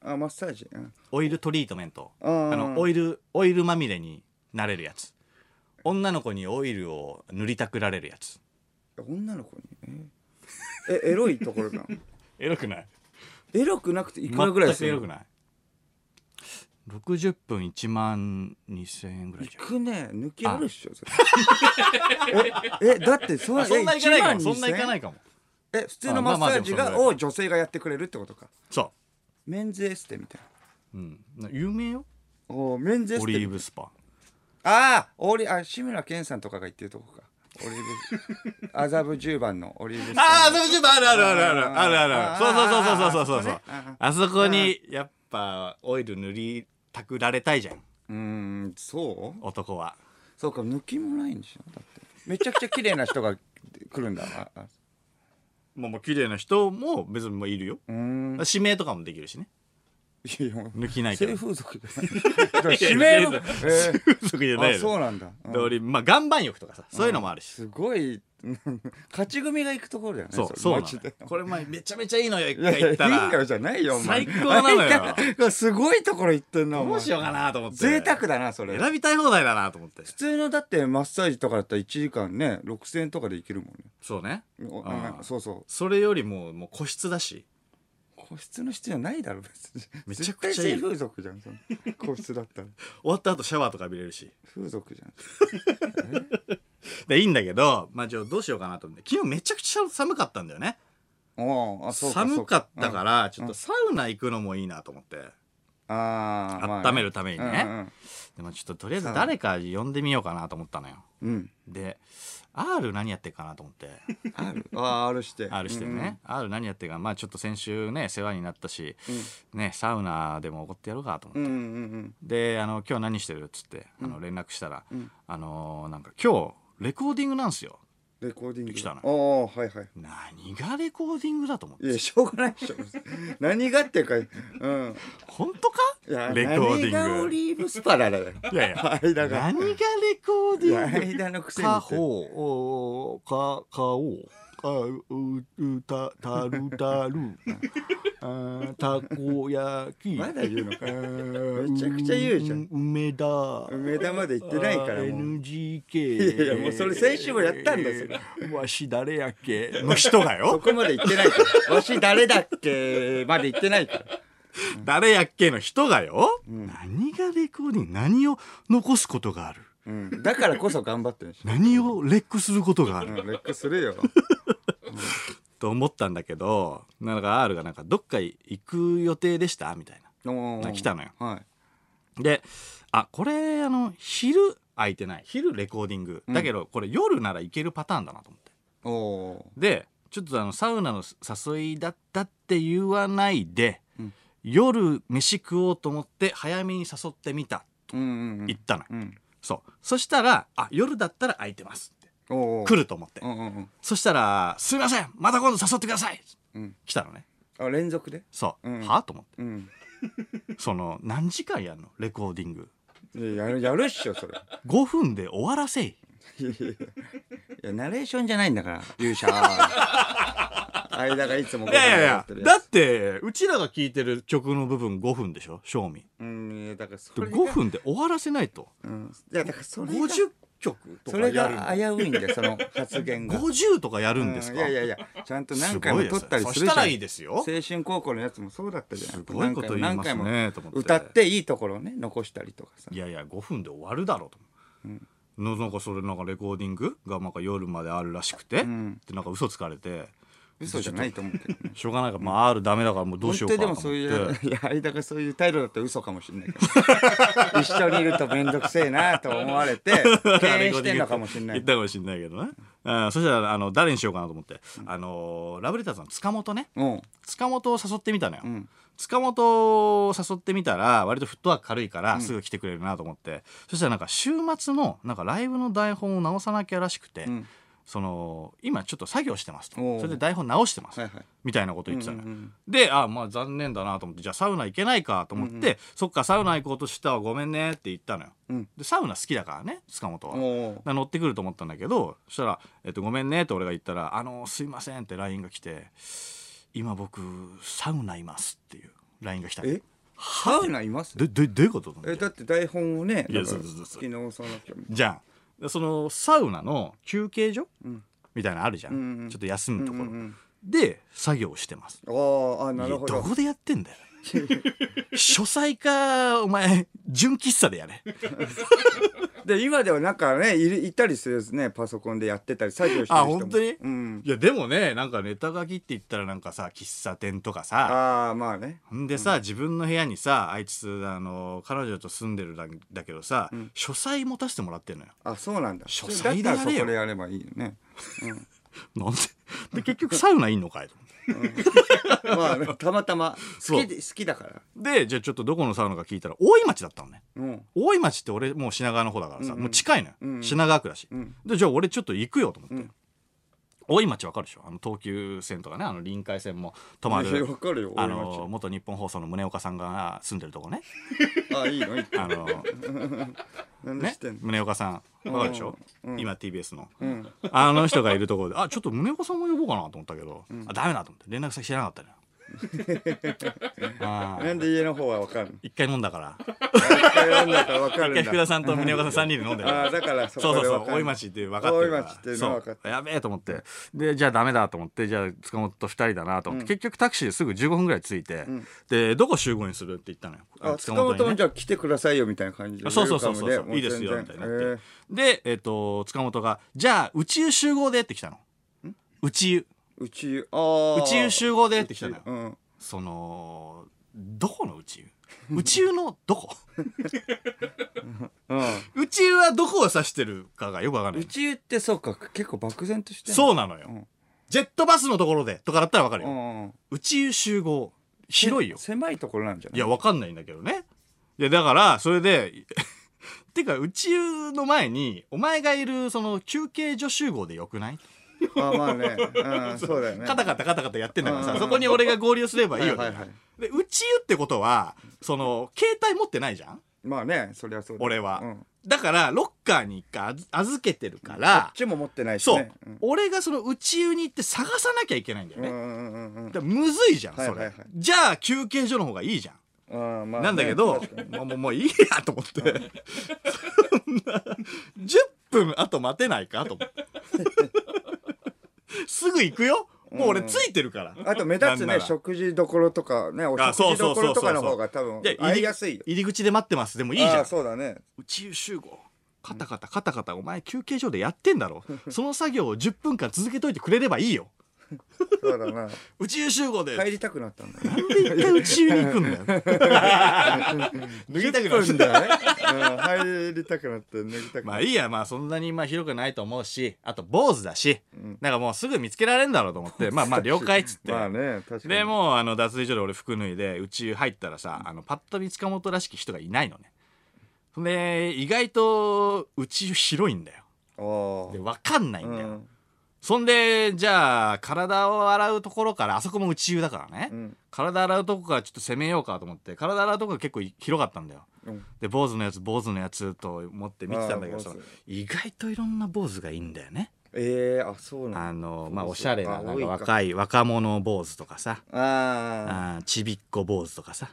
あマッサージ、うん、
オイルトリートメント
あ
あのオ
イ
イルオイルまみれになれるやつ女の子にオイルを塗りたくられるやつ
女の子にええエロいとこ ろなの
エロくない
エロくなくていくらぐらいす
全
る
くエロく
の
ない60分1万2000円ぐらい
い
じゃん
くね抜きあるっしょそれええだってそん
あそんな行かないかもそんな行かないいかも
え普通のマ
あまあ
ッサージ
まあでもそん
が
ぐらい
を女性がやってくれるってことか
そ、
メンズエステみたいう
うん、有名よ
なおーメンズエス
オ
テみたい
リ
な
ーブスパ
ああ、オリあ志村けんさんとかが言ってるとこか。オリー ブ麻布十番のオリーブ。
ああ、でもちょっとあるあるあるある
あー
あるある
あー
そうそうそうそうそうそうそう
あーあーあーあー
あそこにやっぱオイル塗りたくられたいじゃん
うーん、そう？
男は
そうか抜きもないんでしょ。だってめちゃくちゃ綺麗な人が来るんだわ。ああ
もうもう綺麗な人も別にもういるよ
うーん。
指名とかもできるしね
いやいや
抜きないけど
性風俗じ ゃない指名の、えー
風俗じゃない
あそう
の
なんだ、うん
で俺まあ岩盤浴とかさそういうのもあるし、
すごい うん勝ち組が行くところだよね
そうそうな
マジ
の
で
よこれまあめちゃめちゃいいのよ一
いや
回
いや
行
い
っ
い
たら
よじゃないよお前
最高な のよ
すごいところ行ってんなお
ど
前
うしようかなと思って
贅沢だなそれ
選びたい放題だなと思って
普通のだってマッサージとかだったら1時間ね6000円とかでいけるもん
そうね
ねお
あー
なんかそうそう
それよりももう個室だし
個室の必要ないだろ別に
めちゃくちゃいい
絶対性風俗じゃ んその個室だったら
終わった後シャワーとか浴びれるし
風俗じゃん
でいいんだけどまあじゃあどうしようかなと思って昨日めちゃくちゃ寒かったんだよね
おーあそうかそ
寒
う
かったか
うん
らちょっとサウナ行くのもいいなと思って
あー、まあね
温めるためにねでもちょっととりあえず誰か呼んでみようかなと思ったのよ
うんうん、うん
で R 何やってるかなと思って
あるあーあ るして
R してるね、R 何やってるかまあちょっと先週ね世話になったし、ねサウナでも怒ってやろうかと思って
うんうんうん
であの「今日何してる?」っつってあの連絡したら「あのーなんか今日レコーディングなんすよ
うんレコーディング
来たな
ああはいはい」
何がレコーディングだと思って
いやしょうがないでしょ 何がっていうかうん
本当か
いや
レコーデ
何が
ィ
オ
ング
リーブスパラだよ
いやい や
間が
何がレコーデ
いや
ィング
間のくせに
か
って
ほうかかおかううたたるたるあたこ焼き
まだ言うの か
め
めちゃくちゃ言うじゃん
梅田
梅田まで行ってないからもう
NGK
いやいやもうそれ先週もやったんだそ
れわし誰やっけの人が
そ
よ
こまで行ってないからわし誰だっけまで行ってないから
誰やっけの人がよ、何がレコーディング何を残すことがある
うんだからこそ頑張ってるし
何をレックすることがあ
う
る、
んレックす るよ
と思ったんだけどなんか R がなんかどっか行く予定でしたみたい
おー
来たのよ
はい
であこれあの昼空いてない昼レコーディング、だけどこれ夜なら行けるパターンだなと思って
おお
でちょっとあのサウナの誘いだったって言わないで、
うん
夜飯食おうと思って早めに誘ってみた
ーうんうんうん
言ったのよ、
うん
そうそしたら「あ夜だったら空いてます」って
おー
来ると思って、
うんうんうん
そしたら「すいませんまた今度誘ってください」
うん
来たのね
あ連続で
そう、
うん
はあと思って
うん
その何時間やんのレコーディング
いややるやるっしょそれ
5分で終わらせい
いやいやいやナレーションじゃないんだから 勇者間がいつも
いやいやいや
ご飯を食べてる
だってうちらが聴いてる曲の部分5分でしょ正味
うんいやだからそれが
5分で終わらせないと
うんいやだからそれが
50曲と
そ
か
れ
やる
が危ういんだよその発 言が
50とかやる
うん
ですか
いやいやいやちゃんと何回も撮ったり
すごいです
する
ねそし
じゃ
た
ん
らいいですよ
青春高校のやつもそうだったじゃん
すごいこと言います
何回も
ねと思って
歌っていいところをね残したりとかさ
いやいや5分で終わるだろうとのなんかそれなんかレコーディングがなんか夜まであるらしくて、
ん
でなんか嘘つかれて
嘘じゃないと思うけどね
しょうがないから、まあ R ダメだから もうどう
本
し
当
ようか
に
と
で
思っ
も
て
そ ういういや間がそういう態度だったら嘘かもしれないけど一緒にいると面倒くせえなと思われ て敬遠してんのかもしれな
言
い
ったかもしれないけどね、うん、そしたらあの誰にしようかなと思って、あのーラブレターズの塚本ね
うん
塚本を誘ってみたのよ、
ん
塚本を誘ってみたら割とフットワーク軽いからすぐ来てくれるなと思って、そしたらなんか週末のなんかライブの台本を直さなきゃらしくて、
ん
その今ちょっと作業してますと
おう
それで台本直してます、
はいはい
みたいなこと言ってたのよ、
うんうんうん
であまあ残念だなと思ってじゃあサウナ行けないかと思って、そっかサウナ行こうとしたわごめんねって言ったのよ、
うん
でサウナ好きだからね塚本は、
おう
な乗ってくると思ったんだけどそしたら「えっと、ごめんね」って俺が言ったら「あのすいません」って LINE が来て「今僕サウナいます」っていう LINE が来たの
えサウナいます
ででどういうことなんだ
え
よ
だって台本をね
いや
なんか
そうそうそう
昨日その
じゃんでそのサウナの休憩所、みたいなのあるじゃん、
うんうん
ちょっと休むところ、
うんうん
で作業してます
あああなるほ
いや
ど
こでやってん だよ書斎かお前純喫茶でやれ
で今ではなんかねいるいたりするんですねパソコンでやってたり作業してる人も
あ本当に
うん
いやでもねなんかネタ書きって言ったらなんかさ喫茶店とかさ
ああまあね
んでさ、自分の部屋にさあいつあの彼女と住んでるだだけどさ、書斎持たせてもらってんのよ。
あそうなんだ
書斎でやれよ
だったらそこでやればいいよね
なんで で結局サウナいんのかいと思って
まあねたまたま
そう
好きで好きだから
でじゃあちょっとどこのサウナか聞いたら大井町だったのね。
うん
大井町って俺もう品川の方だからさ、
うんうん
もう近いのよ、
うんうん
品川区だし、
うん
でじゃあ俺ちょっと行くよと思って、
うん
大井町わかるでしょあの東急線とかねあの臨海線も止ま
いや
る
わかるよ
あ
大井町
の元日本放送の宗岡さんが住んでるとこね
あいいのいい
あの
の何
ね
してんの、
宗岡さんわかるでしょ
うん
今 TBS の
うん、
あの人がいるところであちょっと宗岡さんも呼ぼうかなと思ったけどあダメだと思って連絡先知らなかった ねあ
な
ー
んで家の方はわかるの
一回飲んだから
一回読んだからわか
一
る
回
んだ
福田さんと宗岡さん3人で飲んでる
あーだからそ
そう
こ
そう
で
そ
わ
う
かる
大井町って分かってるから
大井町っていうのは分かっ
そうやべえと思ってでじゃあダメだと思ってじゃあ塚本と2人だなと思って、結局タクシーですぐ15分ぐらい着いて、でどこ集合にするって言ったのよ
あ塚
に
本も
ね
じゃあ来てくださいよみたいな感じで
そうそうそうそう
ウェル
そ
カム
ういいですよ
も
み
う
たい
全
に
然
なって、で、えっと塚本が「じゃあ宇宙集合で」って来たの宇宙
えーうちあー
宇宙集合でって来たのよ
うん
そのどこの宇宙宇宙のどこ
う ん
宇宙はどこを指してるかがよくわかんない
宇宙ってそうか結構漠然として
そううなのよ、
うん
ジェットバスのところでとかだったらわかるよ、
んうん
宇宙集合広いよ
せ狭いところなんじゃない
いやわかんないんだけどねいやだからそれで てか宇宙の前にお前がいるその休憩所集合でよくない
まあまあね、う ん、そうだよね
カタカタカタカタやってんだから
う
さ
ん
そこに俺が合流すればいいよ、
はいはいはい
で宇宙ってことはその携帯持ってないじゃん
まあねそりゃそうだ
俺は、
うん、こ
だからロッカーに一回預預けてるから
っ、ちも持ってないし
そう、
ねん
俺がその宇宙に行って探さなきゃいけないんだよ
う
ね、
んうんうんうん
だからむずいじゃんそれ、
はいはいはい
じゃあ休憩所の方がいいじゃん
うんまあね
なんだけど、
確かに
まあもうもういいやと思って、そんな10分あと待てないかと思 って。すぐ行くよもう俺ついてるから。
あと目立つ
なんな
ね
ら
食事どころとかねお
あそ
食
う
事
そう
どこ
そうそう
ろとかの方が多分
いや入り
会いやすいよ
入り口で待ってます。でもいいじ
あ
ゃ
あ
ん。
そうだね
宇宙集合。カタカタカタカタお前休憩所でやってんだ ろ。その作業を10分間続けといてくれればいいよ。
そう だな
宇宙集合で。
帰りたくなったんだね
なんで一回宇宙に行くんだよ。 脱ぎたくなっ
10分
た。
だね、うん、入りたくなって脱ぎたく
ま
なっ
あいいやまあそんなにまあ広くないと思うしあと坊主だし、
ん
なんかもうすぐ見つけられるんだろうと思ってまあまあ了解っつって、
て まあね確かに
でもうあの脱衣所で俺服脱いで宇宙入ったらさあのパッと見塚本らしき人がいないのねで意外と宇宙広いんだよ
あ
で分かんない
あうん
だよ、
ん
そんでじゃあ体を洗うところからあそこも宇宙だからね、
うん
体洗うとこからちょっと攻めようかと思って体洗うとこが結構広かったんだよ
うん
で坊主のやつ坊主のやつと思って見てたんだけど
あー
さ
坊主
意外といろんな坊主がいいんだよね、
ええあそうなんだ
あの
そう
まあ
そう
おしゃれな
あ
なん
多い
か
か
若い若者坊主とかさ
あ
あーちびっこ坊主とかさ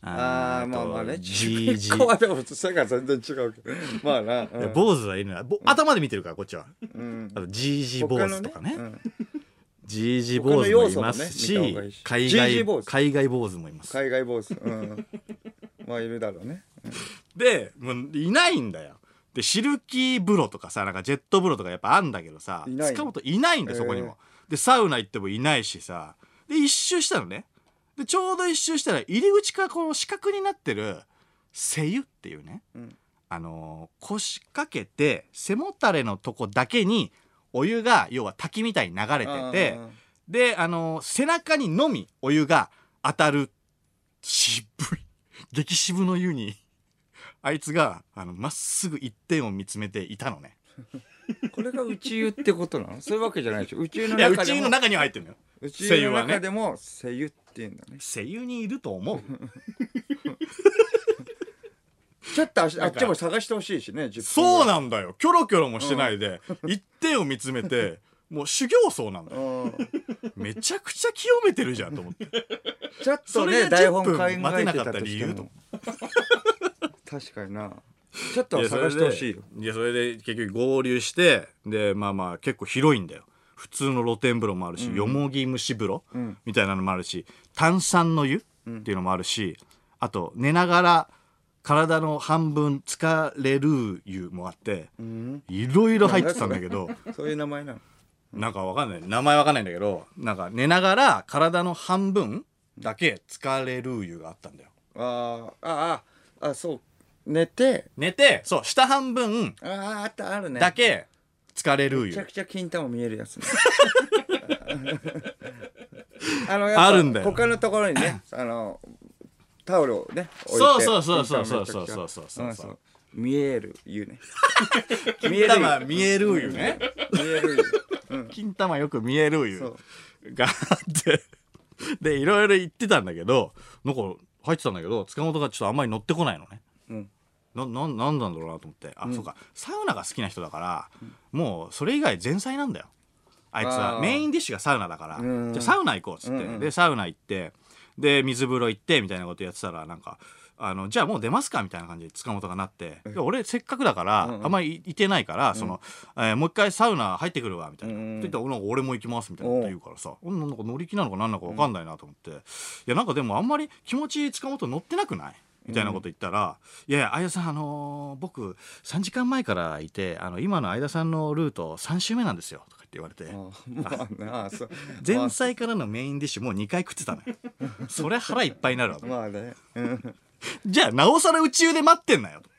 あああまあまあね
じいじ
ちびっこはでも背が全然違 うけどまあな、うん
坊主はいるなぼ頭で見てるからこっちは
うん
あとじいじ坊主とかね
うん
じいじ坊主もいます
他の要素もね
し
見た方がいいし
海
じいじ坊
外
主
海外坊主もいます
海外坊主うんまあいるだろうね
でもういないんだよでシルキー風呂とかさなんかジェット風呂とかやっぱあんだけどさ
いない
塚本いないんだよそこにも、でサウナ行ってもいないしさで一周したのねでちょうど一周したら入り口からこの四角になってる背湯っていうね、
ん
あのー腰掛けて背もたれのとこだけにお湯が要は滝みたいに流れてて
あ
で、あのー背中にのみお湯が当たる渋い激渋の湯に あいつがあのまっすぐ一点を見つめていたのね
ーこれが宇宙ってことなのそういうわけじゃないでしょ宇宙の
いや
中
う
でも
ちの中には入ってるのよ
宇
声
宙
優
の
はね
中でも声優っていうんだね
声優にいると思う
ちょっとあしあ
なん
っ
か
ちも探してほしいしね10分
そうなんだよキョロキョロもしてないで、一点を見つめてもう修行僧なんだよ
の
めちゃくちゃ清めてるじゃんと思って
ちょっ
そ
と
れ
ね
が
台
10
本考え
分待て
て
なか
た
った
と
理
して
由
も
と
確かになちょっと
い
は
やそれ
探してほしいよ
でいやそれで結局合流してでまあまあ結構広いんだよ普通の露天風呂もあるし、よもぎ蒸し風呂
ん
みたいなのもあるし、炭酸の湯っていうのもあるし、あと寝ながら体の半分疲れる湯もあって
うん
いろいろ入ってたんだけど
そういう名前なの
なんかわかんない名前わかんないんだけどなんか寝ながら体の半分だけ疲れる湯があったんだよ
あーあああそう寝て
寝てそう下半分
あああったあるね
だけ疲れる
めちゃ
湯
くちゃ金玉見えるや つねあの
あ
あ
る
る
ん
ん
だ
だ
よ
よ他のところ にねあのタオルをね置いて
そうそうそうそうそうそうそうそうそうそう
金玉めちゃくちゃんそう見える言う ね見
金玉
よ
見えるよね。
見えるようん
金玉よく見えるい
そう
うがあって でいろいろ言ってたんだけどなんか入ってたんだけど塚本がちょっとあんまり乗ってこないのね。
うん
ななんなんなんだろうなと思ってあ、そうかサウナが好きな人だから、もうそれ以外前菜なんだよあいつ
あ
は
ー
メインディッシュがサウナだから
うん
じゃあサウナ行こうっつって、
うんうん
でサウナ行ってで水風呂行ってみたいなことやってたらなんかあのじゃあもう出ますかみたいな感じで塚本がなっていや俺せっかくだから、
うんうん
あんまりいてないから、そのえーもう一回サウナ入ってくるわみたいな、
うんうん
って言ったらなんか俺も行きますみたいなこと言うからさうんなんか乗り気なのかなんなのか分かんないなと思って、いやなんかでもあんまり気持ち塚本乗ってなくないみたいなこと言ったら「いやいや相田さんあのー僕3時間前からいてあの今の相田さんのルート3周目なんですよ」とか言って言われて
あまあなあそう
前菜からのメインディッシュもう2回食ってたのよそれ腹いっぱいになるわと
まあねうん
じゃあなおさら宇宙で待ってんなよと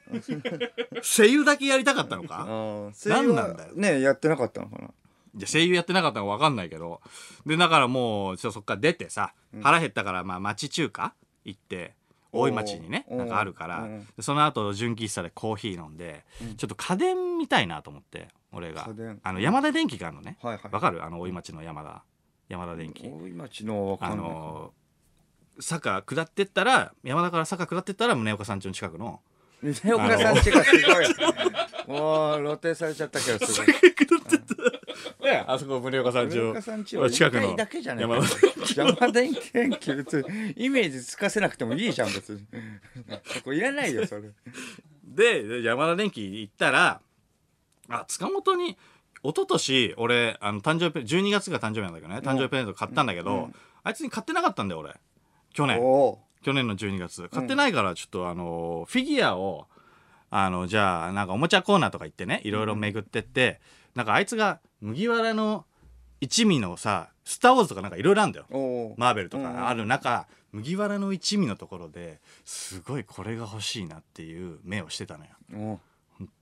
声優だけやりたかったのか
あ
何なんだよ
ねやってなかったのかな
じゃあ声優やってなかったのか分かんないけどでだからもうちょそっから出てさ、腹減ったからまあ町中華行って
おー
大井町にね
うん
なんかあるから、
うん
でその後純喫茶でコーヒー飲んで、ちょっと家電見たいなと思って俺が
家電
あの山田電機があるのね
はいはい
わかるあの大井町の山田山田電機
大井町のわか
あ
んないか
のー坂下ってったら山田から坂下ってったら宗岡さん家の近くの
峰岡さんちがすごい もう露呈されちゃったけどすごい
ねあそこ宗岡さん家
峰
の
岡さんちは
近く
一
の
回だけじゃない
山田
山田電機別にイメージつかせなくてもいいじゃん別にそこいらないよそれ
でで山田電機行ったらあ塚本に一昨年俺あの誕生日12月が誕生日なんだけどね誕生日プレゼント買ったんだけど、あいつに買ってなかったんだよ俺去
お
年
お
去年の12月買ってないからちょっとあのフィギュアをあのじゃあなんかおもちゃコーナーとか行ってねいろいろ巡ってって、なんかあいつが麦わらの一味のさ「スター・ウォーズ」とかなんかいろいろあるんだよ
ーおー
マーベルと
うん
かある中、麦わらの一味のところですごいこれが欲しいなっていう目をしてたのよ
おー
本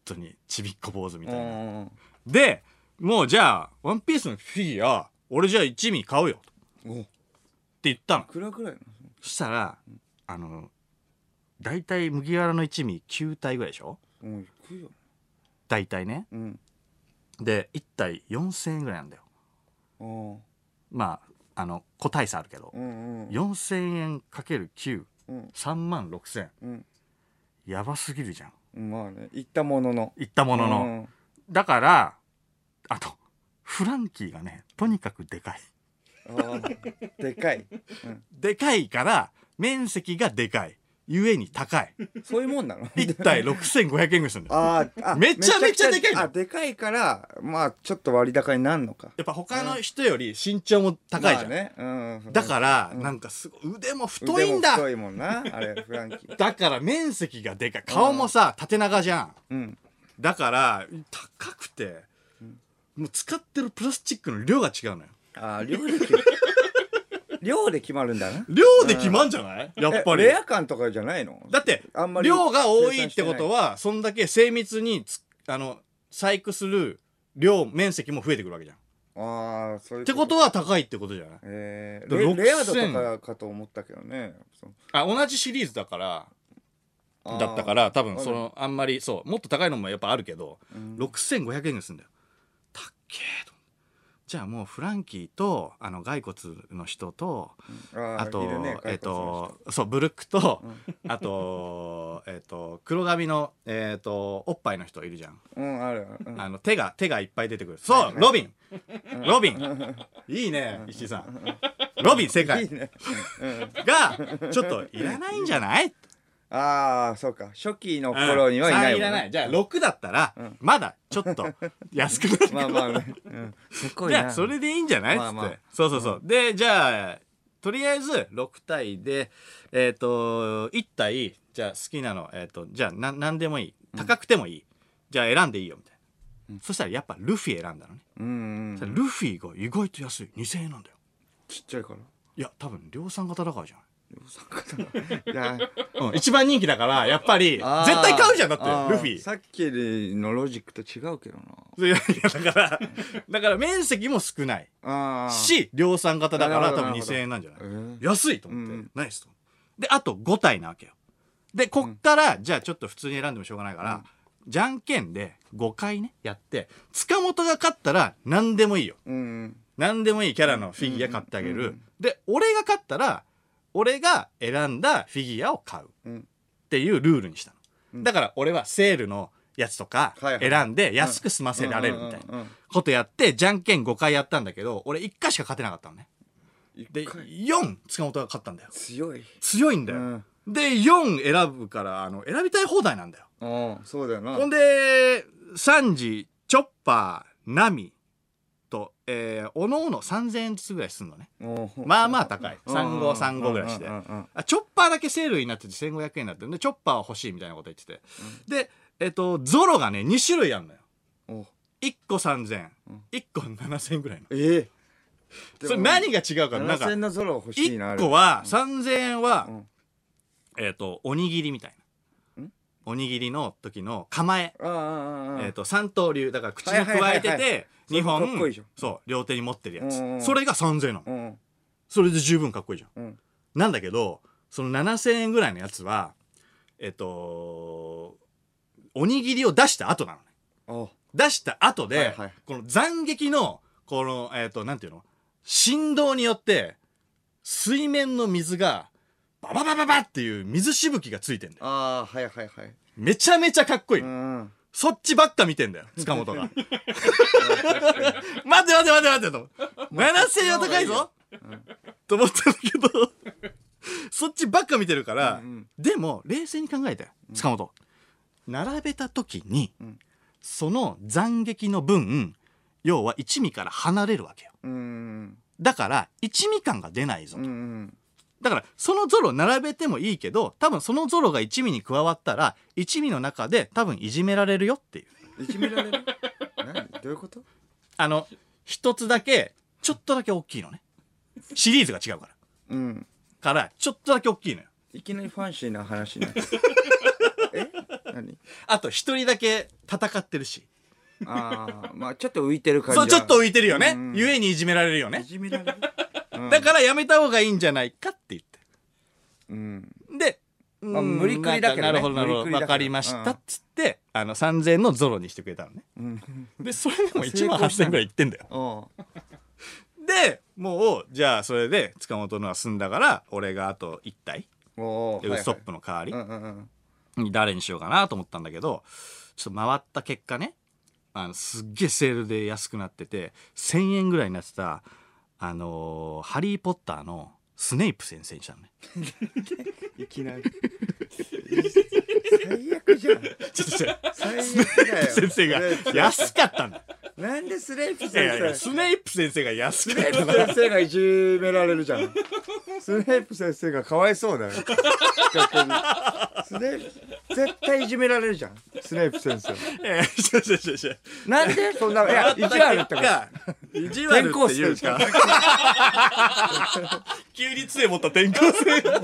当にちびっこ坊主み
う
たいな、
んうん
でもうじゃあ「ワンピースのフィギュア俺じゃあ一味買うよ」って
うんお
言ったの
暗くらいの
そしたらあの大体麦わらの一味9体ぐらいでしょ
うん行くよ
大体ね
うん
で1体4000円ぐらいなんだよ
おー
まああの個体差あるけど、
うんうん
4000円かける93
うん
万6000
うん
やばすぎるじゃん
まあね行ったものの
言ったものの、
うん
だからあとフランキーがねとにかくでかい
あーでかい、
でかいから面積がでかいゆえに高 い
うん、そういうもんなの
1体6500円ぐらいするんだよ
あーあ
めちゃめちゃでかいの
あでかいからまあちょっと割高になるのか
やっぱ他の人より身長も高いじゃん、
まあねうん、
だから
うん
なんかすごい腕も太いんだ
腕も太いもんなあれフランキー
だから面積がでかい顔もさ縦長じゃん
うん
だから高くてもう使ってるプラスチックの量が違うのよ
あー量で決まる 量で決まるんだな
量で決まんじゃないやっぱり
えレア感とかじゃないの
だって
あんまり
量が多いってことはそんだけ精密につあの細工する量面積も増えてくるわけじゃん。っ
ああそういう
てことは高いってことじゃない
えー、
だ
レ
6000
レア度とかかと思ったけどねそ
あ同じシリーズだから
あー
だったから多分
あ
そのあんまりそうもっと高いのもやっぱあるけど、6500円ぐらいするんだよ。たっけーと。じゃあもうフランキーとあの骸骨の人と
あ
あ
ー
と、
いるね
えっ、
外国の人
とそうブルックと、 あとえっ、と黒髪のえっ、とおっぱいの人いるじゃん。
うんあるある、うん
あの手が手がいっぱい出てくる。そう、ロビン。ロビン。 いいね、石井さん。ロビン正
いい
解
ね
がちょっといらないんじゃない？
ああそうか初期の
うん
頃にはいない
さあ
もん、ね、
らない。じゃあ六だったらまだちょっ と安くなる。
まあまあね、うん、すご
じ
い
ゃ
な
あそ れでいいんじゃない？つ
まあまあ
って。そうそうそう。でじゃあとりあえず六体でえっと一体じゃあ好きなのえっとじゃあなんなんでもいい。高くてもいい。じゃあ選んでいいよみたいな。そしたらやっぱルフィ選んだのね。
うん、うん、
ルフィが意外と安い2000円なんだよ
ちっちゃい から
いや多分量産型だからじゃ
い
な
や
い、一番人気だからやっぱり絶
あー
対買うじゃんだって
あー
ルフィ
さっきのロジックと違うけどない
やいやだからだから面積も少ない
あー
し量産型だか
な
ら
るほ
多
ど
分
なるほど
2000円なんじゃない
えー
安いと思って、
うん
ナイスと思ってであと5体なわけよでこっから、じゃあちょっと普通に選んでもしょうがないから、じゃんけんで5回ねやって塚本が勝ったら何でもいいよ
うん
何でもいいキャラのフィギュア買ってあげる、で俺が勝ったら俺が選んだフィギュアを買う
う
っ
ん
ていうルールにしたの、
ん
だから俺はセールのやつとか
はいはい
選んで安く済ませられるみたいなことやってじゃんけん5回やったんだけど俺1回しか勝てなかったのねで4塚本が勝ったんだよ
強い
強いんだよ、
うん
で4選ぶからあの選びたい放題なんだよ、
うんそうだよな
ほんで3時チョッパーナミと、えー、おのおの3000円ずつぐらいすんのねまあまあ高い3535ぐらいしてあチョッパーだけセールになってて1500円になってるんでチョッパーは欲しいみたいなこと言ってて、でえっとゾロがね2種類あるのよ1個3000
ん
1個7000円ぐらいの
え
それ何が違うかなんか
7000のゾロ欲しいなあ
1
れ
個は3000円は
うん
えっとおにぎりみたいなんおにぎりの時の構え
ああああああ
えー、と三刀流だから口に
は
加
い
え
はいは
て
いはい
て2本
それかっこいいじゃん
そう両手に持ってるや
うんうんう
つ
ん
それが3000円なの
うん
それで十分かっこいいじゃん
うん
なんだけどその7000円ぐらいのやつはえっ、とおにぎりを出した後なのね
あ
出した後で、
はいはい
この斬撃のこのえっ、となんていうの振動によって水面の水がバババババっていう水しぶきがついてんだよ
あはいはいはい
めちゃめちゃかっこいい、
うん
そっちばっか見てんだよ、塚本 が。待って待って待って待ってと。7000円は高いぞ、と思ったんだけど、そっちばっか見てるから、
うんうん
でも、冷静に考えたよ、塚本。並べた時に、
ん
その斬撃の分、要は一味から離れるわけよ。
うん
だから、一味感が出ないぞ
う。ん
だから、そのゾロ並べてもいいけど、多分そのゾロが一味に加わったら、一味の中で多分いじめられるよっていう。
いじめられる何どういうこと
あの、一つだけ、ちょっとだけ大きいのね。シリーズが違うから。
うん
から、ちょっとだけ大きいのよ。
いきなりファンシーな話になったえ何
あと、一人だけ戦ってるし。
ああまあちょっと浮いてる感じ
そう、
は
ちょっと浮いてるよね
うん。
ゆえにいじめられるよ
い
ね。
じめられる
だからやめた方がいいんじゃないかって言って。
うん
で、
まあ
うん
無理くりだけどね
なんかなるほど、なるほ
無理く
ど。
りだけど
わかりまし
う
た。
ん
っつって、あの、3000円のゾロにしてくれたのね。
うん
で、それでも1万8000円ぐらいいってんだよ。
あ
で、もう、じゃあ、それで、塚本のは済んだから、俺があと1体。
あおお
でウソップの代わり
う。んうんうん
誰にしようかなと思ったんだけどちょっと回った結果ねあのすっげえセールで安くなってて1,000円ぐらいになってたあのーハリー・ポッター」のスネイプ先生にしたのね
いきなり最悪じゃん
ちょっと
最悪だよ
先生が安かったんだ
なんでスレイプ
いやいやいや
先生
スネイプ先生が安かっ
ス
た
レイプ先生がいじめられるじゃんスレイプ先生がかわいそうだよ逆にスレイプ絶対いじめられるじゃんスレイプ先生
ええちょちょちょちょ
なんでそんないや意地悪ってこと
意地悪っていうか急に杖持った転校生が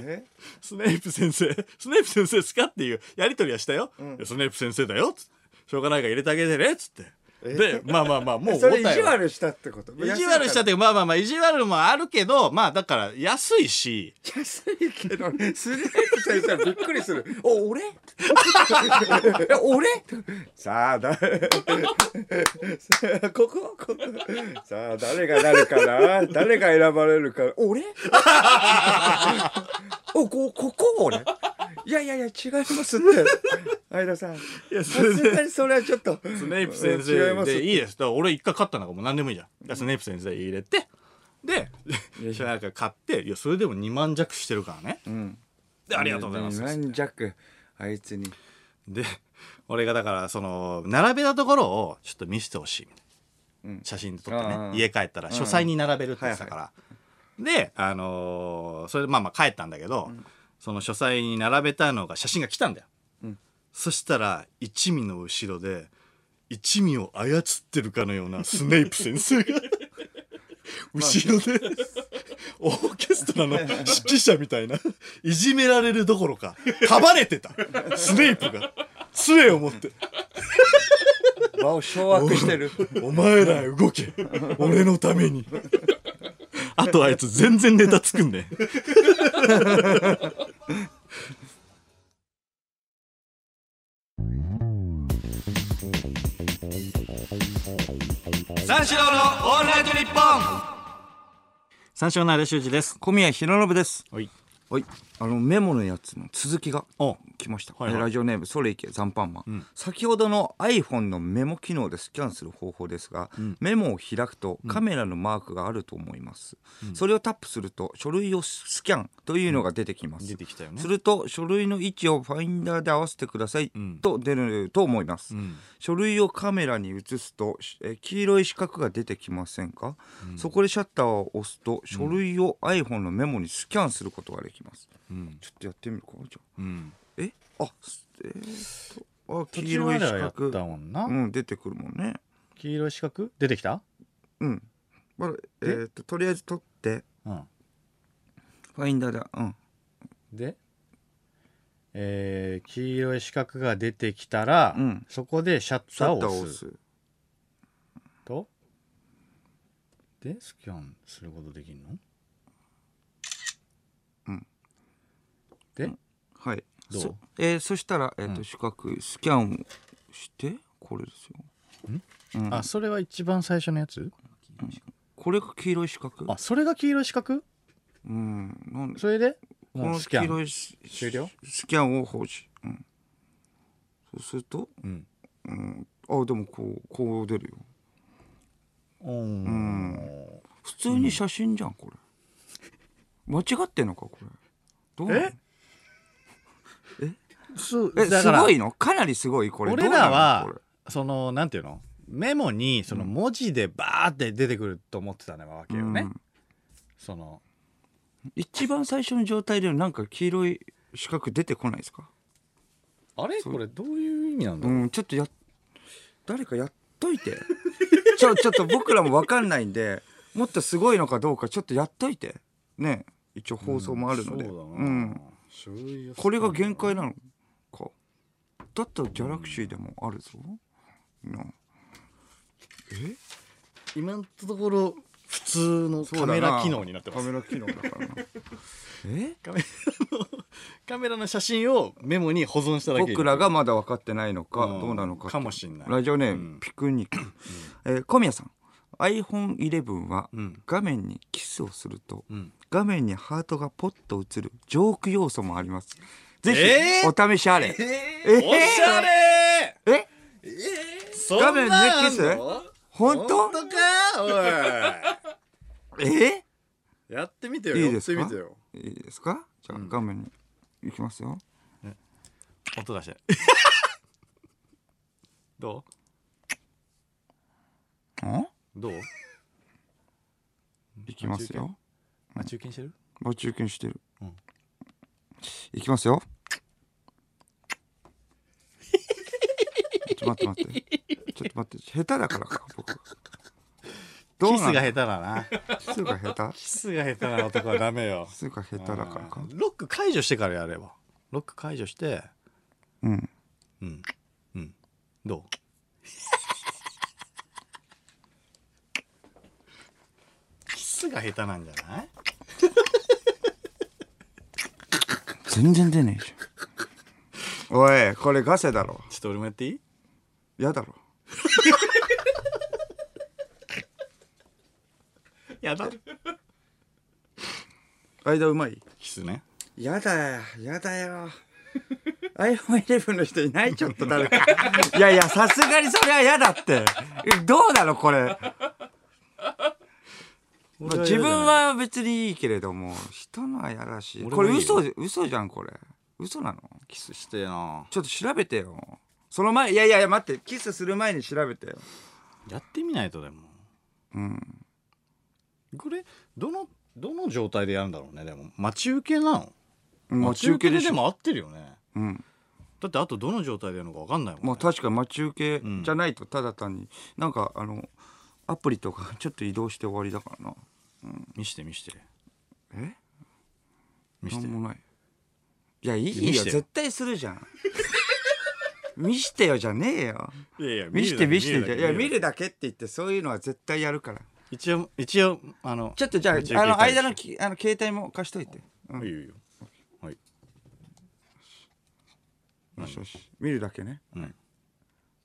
え
スネイプ先生、スネイプ先生ですかっていうやりとりはしたよ。いやスネイプ先生だよっつって。しょうがないから入れてあげてねっつって。で、まあまあまあ、もう
それ意
答え
地
は
悪したってこと
意地悪したっていうか、まあまあまあ、意地悪もあるけど、まあだから安いし、
安いけ どスレイプ先生はびっくりするお俺 え俺さあだ ここここさあ誰がなるかな誰が選ばれるか俺 おこここ俺いやいやいや違いますって相田さん
いや、そ
さ
れ
すが
で、
にそれはちょっと
スネイプ先
違いま
生
す
でいいです。だから俺一回勝ったんだからもう何でもいいじゃん。だからスネイプ先生入れて、で、しなんか買って、いや、それでも2万弱してるからね。
ん
で、ありがとうございます。
軟弱あいつに
で俺がだからその並べたところをちょっと見せてほしい、
うん
写真で撮って
あああ
ね
あ
家帰ったら書斎に並べるって言ってたから、であのーそれでまあまあ帰ったんだけど、その書斎に並べたのが写真が来たんだよ、
ん
そしたら一味の後ろで一味を操ってるかのようなスネイプ先生が後ろでオーケストラの指揮者みたいな、いじめられるどころか、束ねてた。スネイプが、杖を持って、
場を掌握してる
お前ら動け、俺のために。あとあいつ全然ネタ作んねえ三四郎のオールナイトニッポン三四郎の安修二です
小宮弘信です
はい
はいあのメモのやつの続きが
お
来ました、
はいはい
ラジオネームそれいけ残飯マン、
ん
先ほどの iPhone のメモ機能でスキャンする方法ですが、メモを開くとカメラのマークがあると思います、それをタップすると書類をスキャンというのが出てきます、
出てきたよね
すると書類の位置をファインダーで合わせてください
うん
と出ると思います、
ん
書類をカメラに映すとえ黄色い四角が出てきませんか、そこでシャッターを押すと書類を iPhone のメモにスキャンすることができます、
うん
ちょっとやってみるかじゃあ
うん
えあすえーっとあ黄色い四
やった
角
もんな、
うん出てくるもんね
黄色い四角出てきた
うんまあえーっととりあえず取って
うん
ファインダーでうん
で、えー黄色い四角が出てきたら、
うん
そこでシャッ
シ
ター
ャ
を
ッターを
押
押
す
す
とでスキャンすることできるの
うん
で
はい
どう
そえーそしたらえーっ
うん
と四角いスキャンをしてこれですようん
あそれは一番最初のやつ
これが黄色い四角
あそれが黄色い四角
うんなんで
それで
こ
も
の
うスキ
黄
ャ
色
ン
いス
終了
スキャンを放置うんそうすると
うん
うんあでもこうこう出るよ
うん
普通に写真じゃんこれ間違ってんのかこれどうなの
えそう
え
だ
す
から
ごいのかなりすごいこれ
俺ら
どうなの
は
こ
そのなんていうのメモにその文字でバーって出てくると思ってたのわけ
れ
よね、
うん
その
一番最初の状態でなんか黄色い四角出てこないですか
あれこれどういう意味なんだ
う
ろう、
んちょっとや誰かやっといて ちょちょっと僕らも分かんないんでもっとすごいのかどうかちょっとやっといてね一応放送もあるので、
そうだな、
うん
書類を
これが限界なのかだったらギャラクシーでもあるぞ、な
今のところ普通のカメラ機能になってます
カメラ機能だからな え
カメラのカメラの写真をメモに保存しただけ
僕らがまだ分かってないのか、
うん
どうなのか
かもしんない
ラジオネーム、
うん
ピクニック、えー小宮さん iPhone11 は
うん
画面にキスをすると、
うん
画面にハートがポッと映るジョーク要素もありますぜ
え
ひお試しあれ、
え
ー
おしゃれ
え
そんなんあんの
画面ネッ本当
本当かお
え
いやってみてよ
いいですか
やってみてよ
いいですかじゃあ画面に行きますよ
音出してど
ん
うどう
行きますよ
待ち受けにしてる
待ち受けにしてる、
うん
行きますよ ちょっと待って待ってちょっと待って下手だからか僕どう
キ
な
ス
の
が下手だな
キスが下手
キスが下手な男はダメよ
キスが下手だからか
うんロック解除してからやればロック解除して
うん
うんうんどう キスが下手なんじゃない
全然出ねえじゃんおいこれガセだろ
ちょっと俺もやっていい
嫌だろ
やだ
間うまい
キスね
やだよやだよ iPhone11 の人いないちょっと誰か いやいやさすがにそれは嫌だってえどうなのこれまあ自分は別にいいけれども人のは嫌だし
俺も
これ
いいよ
嘘じ嘘じゃんこれ嘘なの
キスしてえな
ちょっと調べてよその前いやいやいや待ってキスする前に調べてよ
やってみないとでも
うん
これどのどの状態でやるんだろうねでも待ち受けなの
待ち受けで
で
し
で
ょ、
も合ってるよね
うん、
だってあとどの状態でやるのか分かんないもん、ね
まあ確かに待ち受けじゃないとただ単になんかあのアプリとかちょっと移動して終わりだからな
見して見して
え
見して
なんもないいやいい
見
よ
してよ
絶対するじゃん 見してよじゃねえよ
いやいや
見して見して
だけ
いや見るだけって言ってそういうのは絶対やるから
一応一応あの
ちょっとじゃあ
一応
あの
携帯
間のきあの携帯も貸しといて、うん、
いいよいいよはい
よしよし見るだけね
うん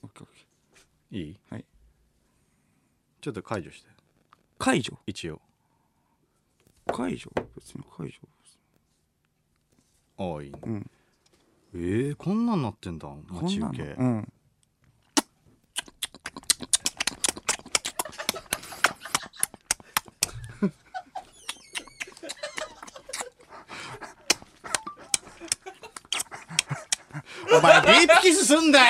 オッケーオッケ
いい
ーはい
ちょっと解除して
解除
一応
解除別に解除
ああいいね、
ん
えー、こんなんなってんだ待ち受け
こんなのうん
お前ディープキスすんだよ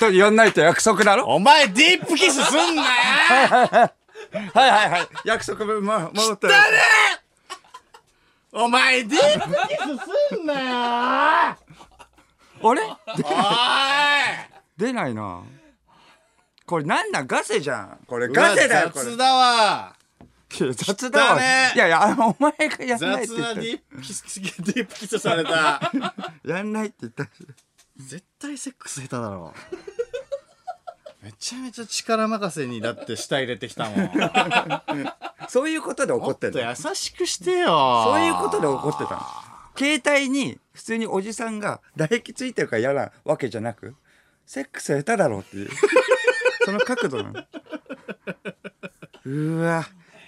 だってやんないと約束だろ
お前ディープキスすんなよ
はいはいはい約束もま戻って
お前ディープキスすんなよ
あれ
お
出ないなこれなんなんガセじゃんこれ
い
ガセだよこれ
雑だわ
いや雑だわ
汚ねえ
いやいやあのお前がやんないって
雑
言
なデ
った
ィープキスディープキスされた
やんないって言った
絶対セックス下手だろめちゃめちゃ力任せにだって舌入れてきたもんも
そういうこと で怒っ
ってと
る
優しくしてよ
そういうことで怒ってたの携帯に普通におじさんが唾液ついてるから嫌なわけじゃなくセックス下手だろ うっていうその角度なのうわ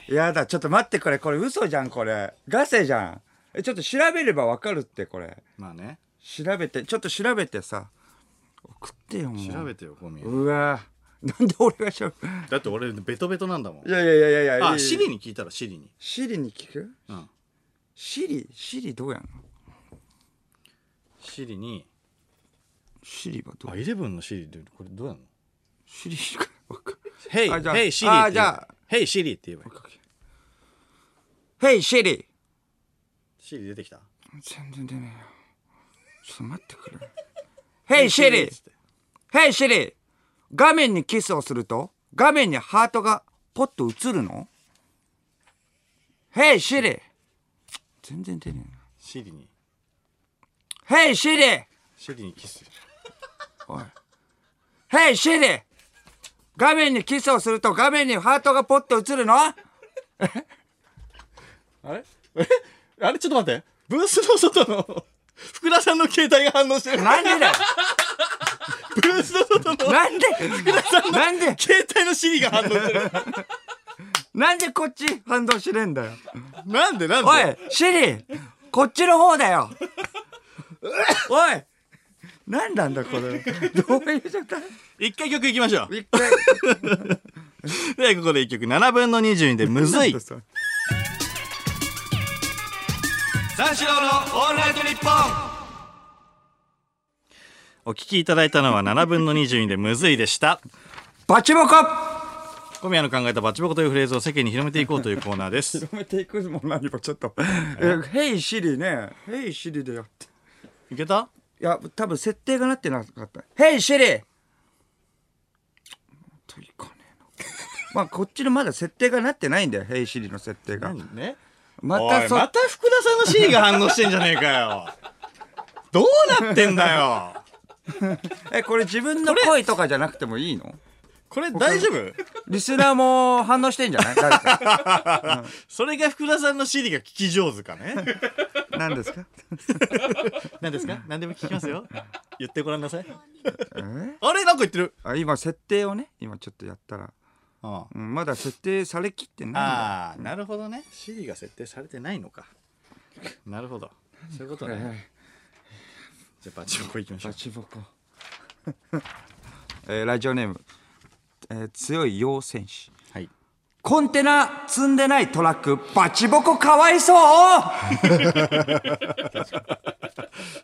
やだちょっと待ってこれこれ嘘じゃんこれガセじゃんえちょっと調べればわかるってこれ
まあね
調べてちょっと調べてさ送ってよもう
調べてよ小宮
うわなんで俺が調べ
だって俺ベトベトなんだもん
いやいやいやいやいや
あシリに聞いたらシリに
シリに聞く
うん
シリシリどうやんの
シリに
シリはどう
あイレブンのシリでこれどうやんの
シリしかわ かん
「ヘイ
あじゃあ
ヘイシリ」って
あ
言え
じゃ
ば「ヘイシリ」って言えばいい
ない。Hey, Siri!
シリ出てきた
全然出ないよ。ちょっと待ってくれ。Hey, Siri!
っつって
Hey, Siri! 画面にキスをすると、画面にハートがポッと映るの ?Hey, Siri! 全然出ない
シリに
な。Hey, Siri!
シリにキス
おい。Hey, Siri! 画面にキスをすると、画面にハートがポッと映るの
あれえあれちょっと待ってブースの外の福田さんの携帯が反応 してる
なんでだよ
ブースの外の
なんでなんで
携帯のシリが反応してる
なんでこっち反応しねえんだよ。
なんでなん
お
で
い、シリこっちの方だよ。おい、なんなんだこれ。どういう状態
一回曲いきましょう
一回。
ではここで一曲7分の22でむずい 三四郎のオールナイトニッポンお聞きいただいたのは7分の22でむずいでした
バチボコ
小宮の考えたバチボコというフレーズを世間に広めていこうというコーナー です
止めていくも何もちょっと。え、ヘイシリね。ヘイシリでやって。
いけた
いや、多分設定がなってなかった。ヘイシリといかねえな。まあ、こっちのまだ設定がなってないんだよ。ヘイシリの設定が。
ね
ま
お
た
い
そ
また福田さんのシリが反応してんじゃねえかよどうなってんだよ
え、これ自分の声とかじゃなくてもいいの
これ大丈夫
リスナーも反応してんじゃない誰か。
それが福田さんのシリが聞き上手かね
何ですか
何ですか何でも聞きますよ言ってごらんなさい
え
あれなんか言ってる
あ今設定をね今ちょっとやったら、
あ
うん、まだ設定されきってないんだ
あーなるほどねシリが設定されてないのかなるほどそういうことね
え
じゃあバチボコいきまし
ー
ょう
バチボコ、えーラジオネーム、えー強い陽戦士
はい
コンテナ積んでないトラックバチボコかわいそう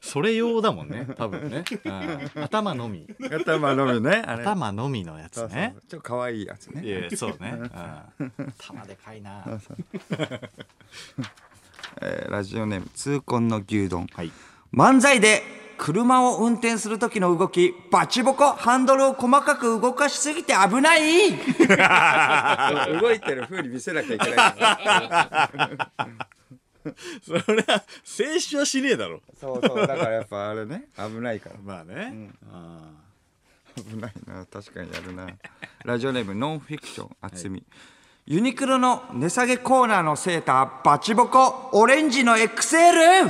それ用だもんね多分ねうん頭のみ
頭のみねあれ
頭のみのやつね
ちょっとかわいいやつ
い
ね
やそうね、うん、玉でかいな
えーラジオネーム痛恨の牛丼
はい
漫才で車を運転する時の動きバチボコハンドルを細かく動かしすぎて危ない 動いてる風に見せなきゃいけない
それは静止はしねえだろ
そうそうだからやっぱあれね危ないから
まあね、あ
危ないな確かにやるなラジオネームノンフィクション厚み、ユニクロの値下げコーナーのセーターバチボコオレンジの XL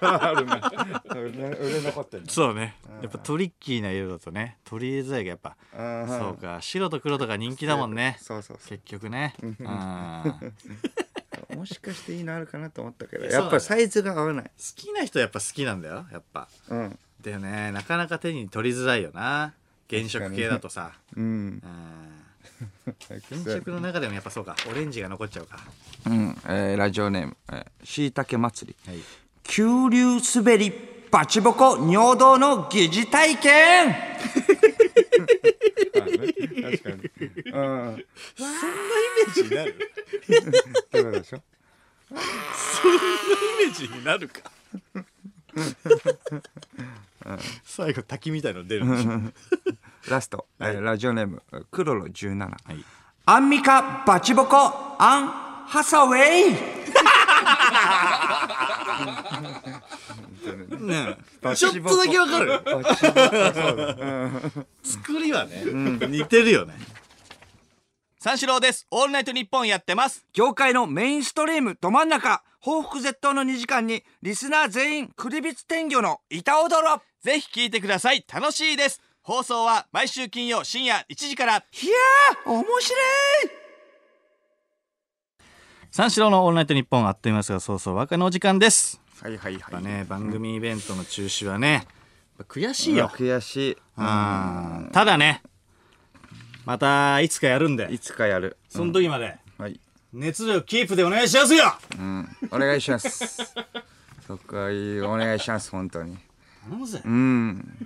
売れ残ってる
そうねやっぱトリッキーな色だとね取り入れづらいがやっぱ
うん
そうか白と黒とか人気だもんね
そうそうそ
結局ねうん
うもしかしていいのあるかなと思ったけど
そうだね
やっぱサイズが合わない
好きな人やっぱ好きなんだよやっぱ
うん
だよねなかなか手に取りづらいよな原色系だとさ、
うん
うん原色の中でもやっぱそうかオレンジが残っちゃうか
うんえーラジオネームしいたけ祭り
はい
急流滑りバチボコ尿道の疑似 体験確かにう
イ
ん
メージになる
そういうことでしょ
イメージになるか最後滝みたいの出る んでしょ
ラスト、えーラジオネームクロロ17、
い
アンミカバチボコアンハサウェイ
ねえちょっとだけわかる作りはね、似てるよね三四郎ですオールナイトニッポンやってます
業界のメインストリームど真ん中報復絶倒の2時間にリスナー全員クリビツ天魚の板踊ろ
ぜひ聞いてください楽しいです放送は毎週金曜深夜1時から
いやー面白い
三四郎のオールナイトニッポンあっという間ですがそうそう若のお時間です
はいはいは
やっぱね番組イベントの中止はねやっぱ悔しいよ
悔しい
うんただねまたいつかやるんで
いつかやる
その時まで
はい、
熱量キープでお願いしますよ
うん、お願いします そこはいいお願いします本当に
頼むぜ
うん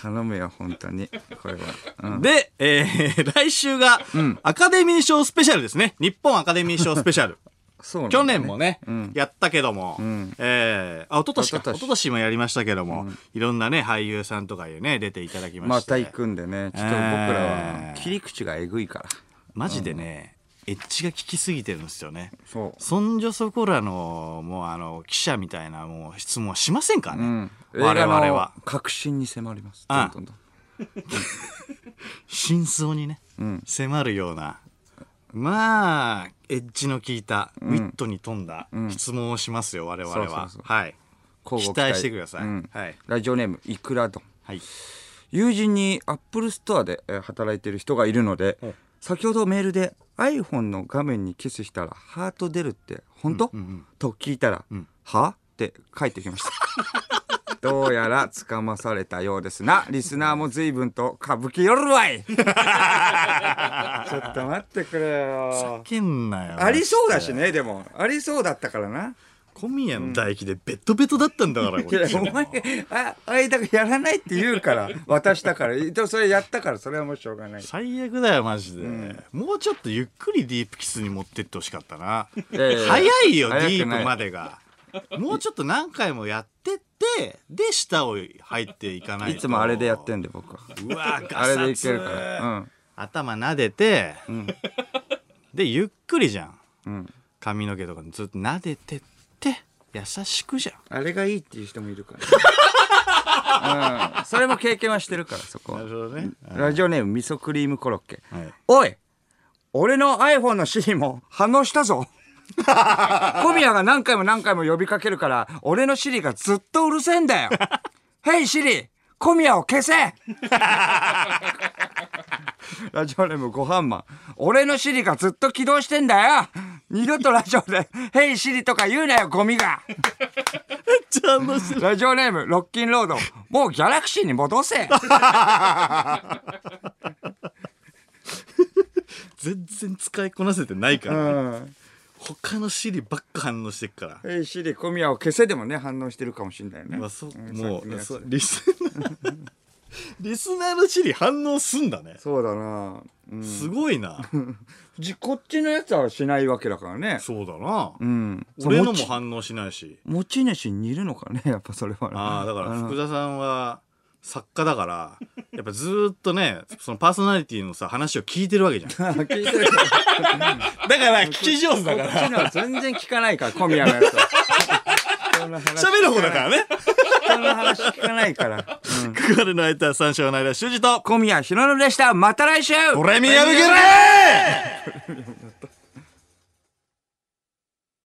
頼むよ本当にこれは、うん
で、えー 来週が、アカデミー賞スペシャルですね。日本アカデミー賞スペシャル。
そうなんだ
去
ね
年もね、
ん
やったけども、
ん
えーあ、一昨年か。
一
一
昨年
昨年もやりましたけども、いろんなね、俳優さんとかにね、出ていただきま
ま
して。
た行くんでねちょっと僕ら
えー
は切り口がえぐいから
マジでね、エッジが効きすぎてるんですよね。
そ
そんじょそこらの、もうあの、記者みたいな、もう質問はしませんから
う、う
ね
ん、。
我々
映画
は
の。確信に迫ります
あ
どんどん
真相にね、
ん
迫るようなまあエッジの効いた、ウィットに富んだ質問をしますよ我々は
そうそうそう
はい
どん
期待してください、
うん
はい、
ラジオネームいくらどん
はい、
友人にアップルストアでえー働いてる人がいるので、
ん
先ほどメールで iPhone の画面にキスしたらハート出るって本当、と聞いたら、はって書いてきました どうやらつかまされたようですなリスナーも随分と歌舞伎よるわいちょっと待ってくれよ
叫んなよ
ありそうだしねでもありそうだったからな
小宮の唾液でベッドベトだったんだからこ
いや
れ
お前あ間がやらないって言うから渡したからでもそれやったからそれはもうしょうがない
最悪だよマジで、もうちょっとゆっくりディープキスに持ってってほしかったな
やいや
早いよデ
早くない
ィープまでがもうちょっと何回もやってってで舌を入っていかない
い
と
つもあれでやってんで僕は
うわガ
あ
サ
れ
ツ
でいけるからうん
頭撫でて、でゆっくりじゃん
うん
髪の毛とかずっと撫でてって優しくじゃん
あれがいいっていう人もいるから、うん、それも経験はしてるからそこは
ほどね
ラジオネーム味噌クリームコロッケ、
はい
おい俺の iPhone の Siri も 反応したぞ小宮が何回も何回も呼びかけるから俺の Siri がずっとうるせえんだよヘイ Siri 小宮を消せラジオネームごはんまん俺の Siri がずっと起動してんだよ二度とラジオで「ヘイ Siri」とか言うなよゴミが
ちゃんとしてる
ラジオネームロッキンロードもうギャラクシーに戻せ
全然使いこなせてないから、
うん
他のシリばっか反応してっから、
えいシリ小宮を消せでもね反応してるかもしれないよね
まあ、そう
うんさ
も
っきの
う
やつ
そうリスナーリスナーのシリ反応すんだね、
そうだな、うん、
すごいな
じこっちのやつはしないわけだからね
そうだな、
うん
俺の
持
も
ち
反応しないし
持ち主にいるのかねや っぱそれはね
ああだから
うん
福田さんは作家だから やっぱずーっとねそのパーソナリティのさ話を聞いてるわけ じゃん だ
聞いてるけど
から聞き上手だか
こっちのは全然聞かないから小宮のやつは人の話
喋る方だからね
人の話聞かないから
ここまでの相手は三章の間修二と
小宮浩信でした。また来週
俺見破けれ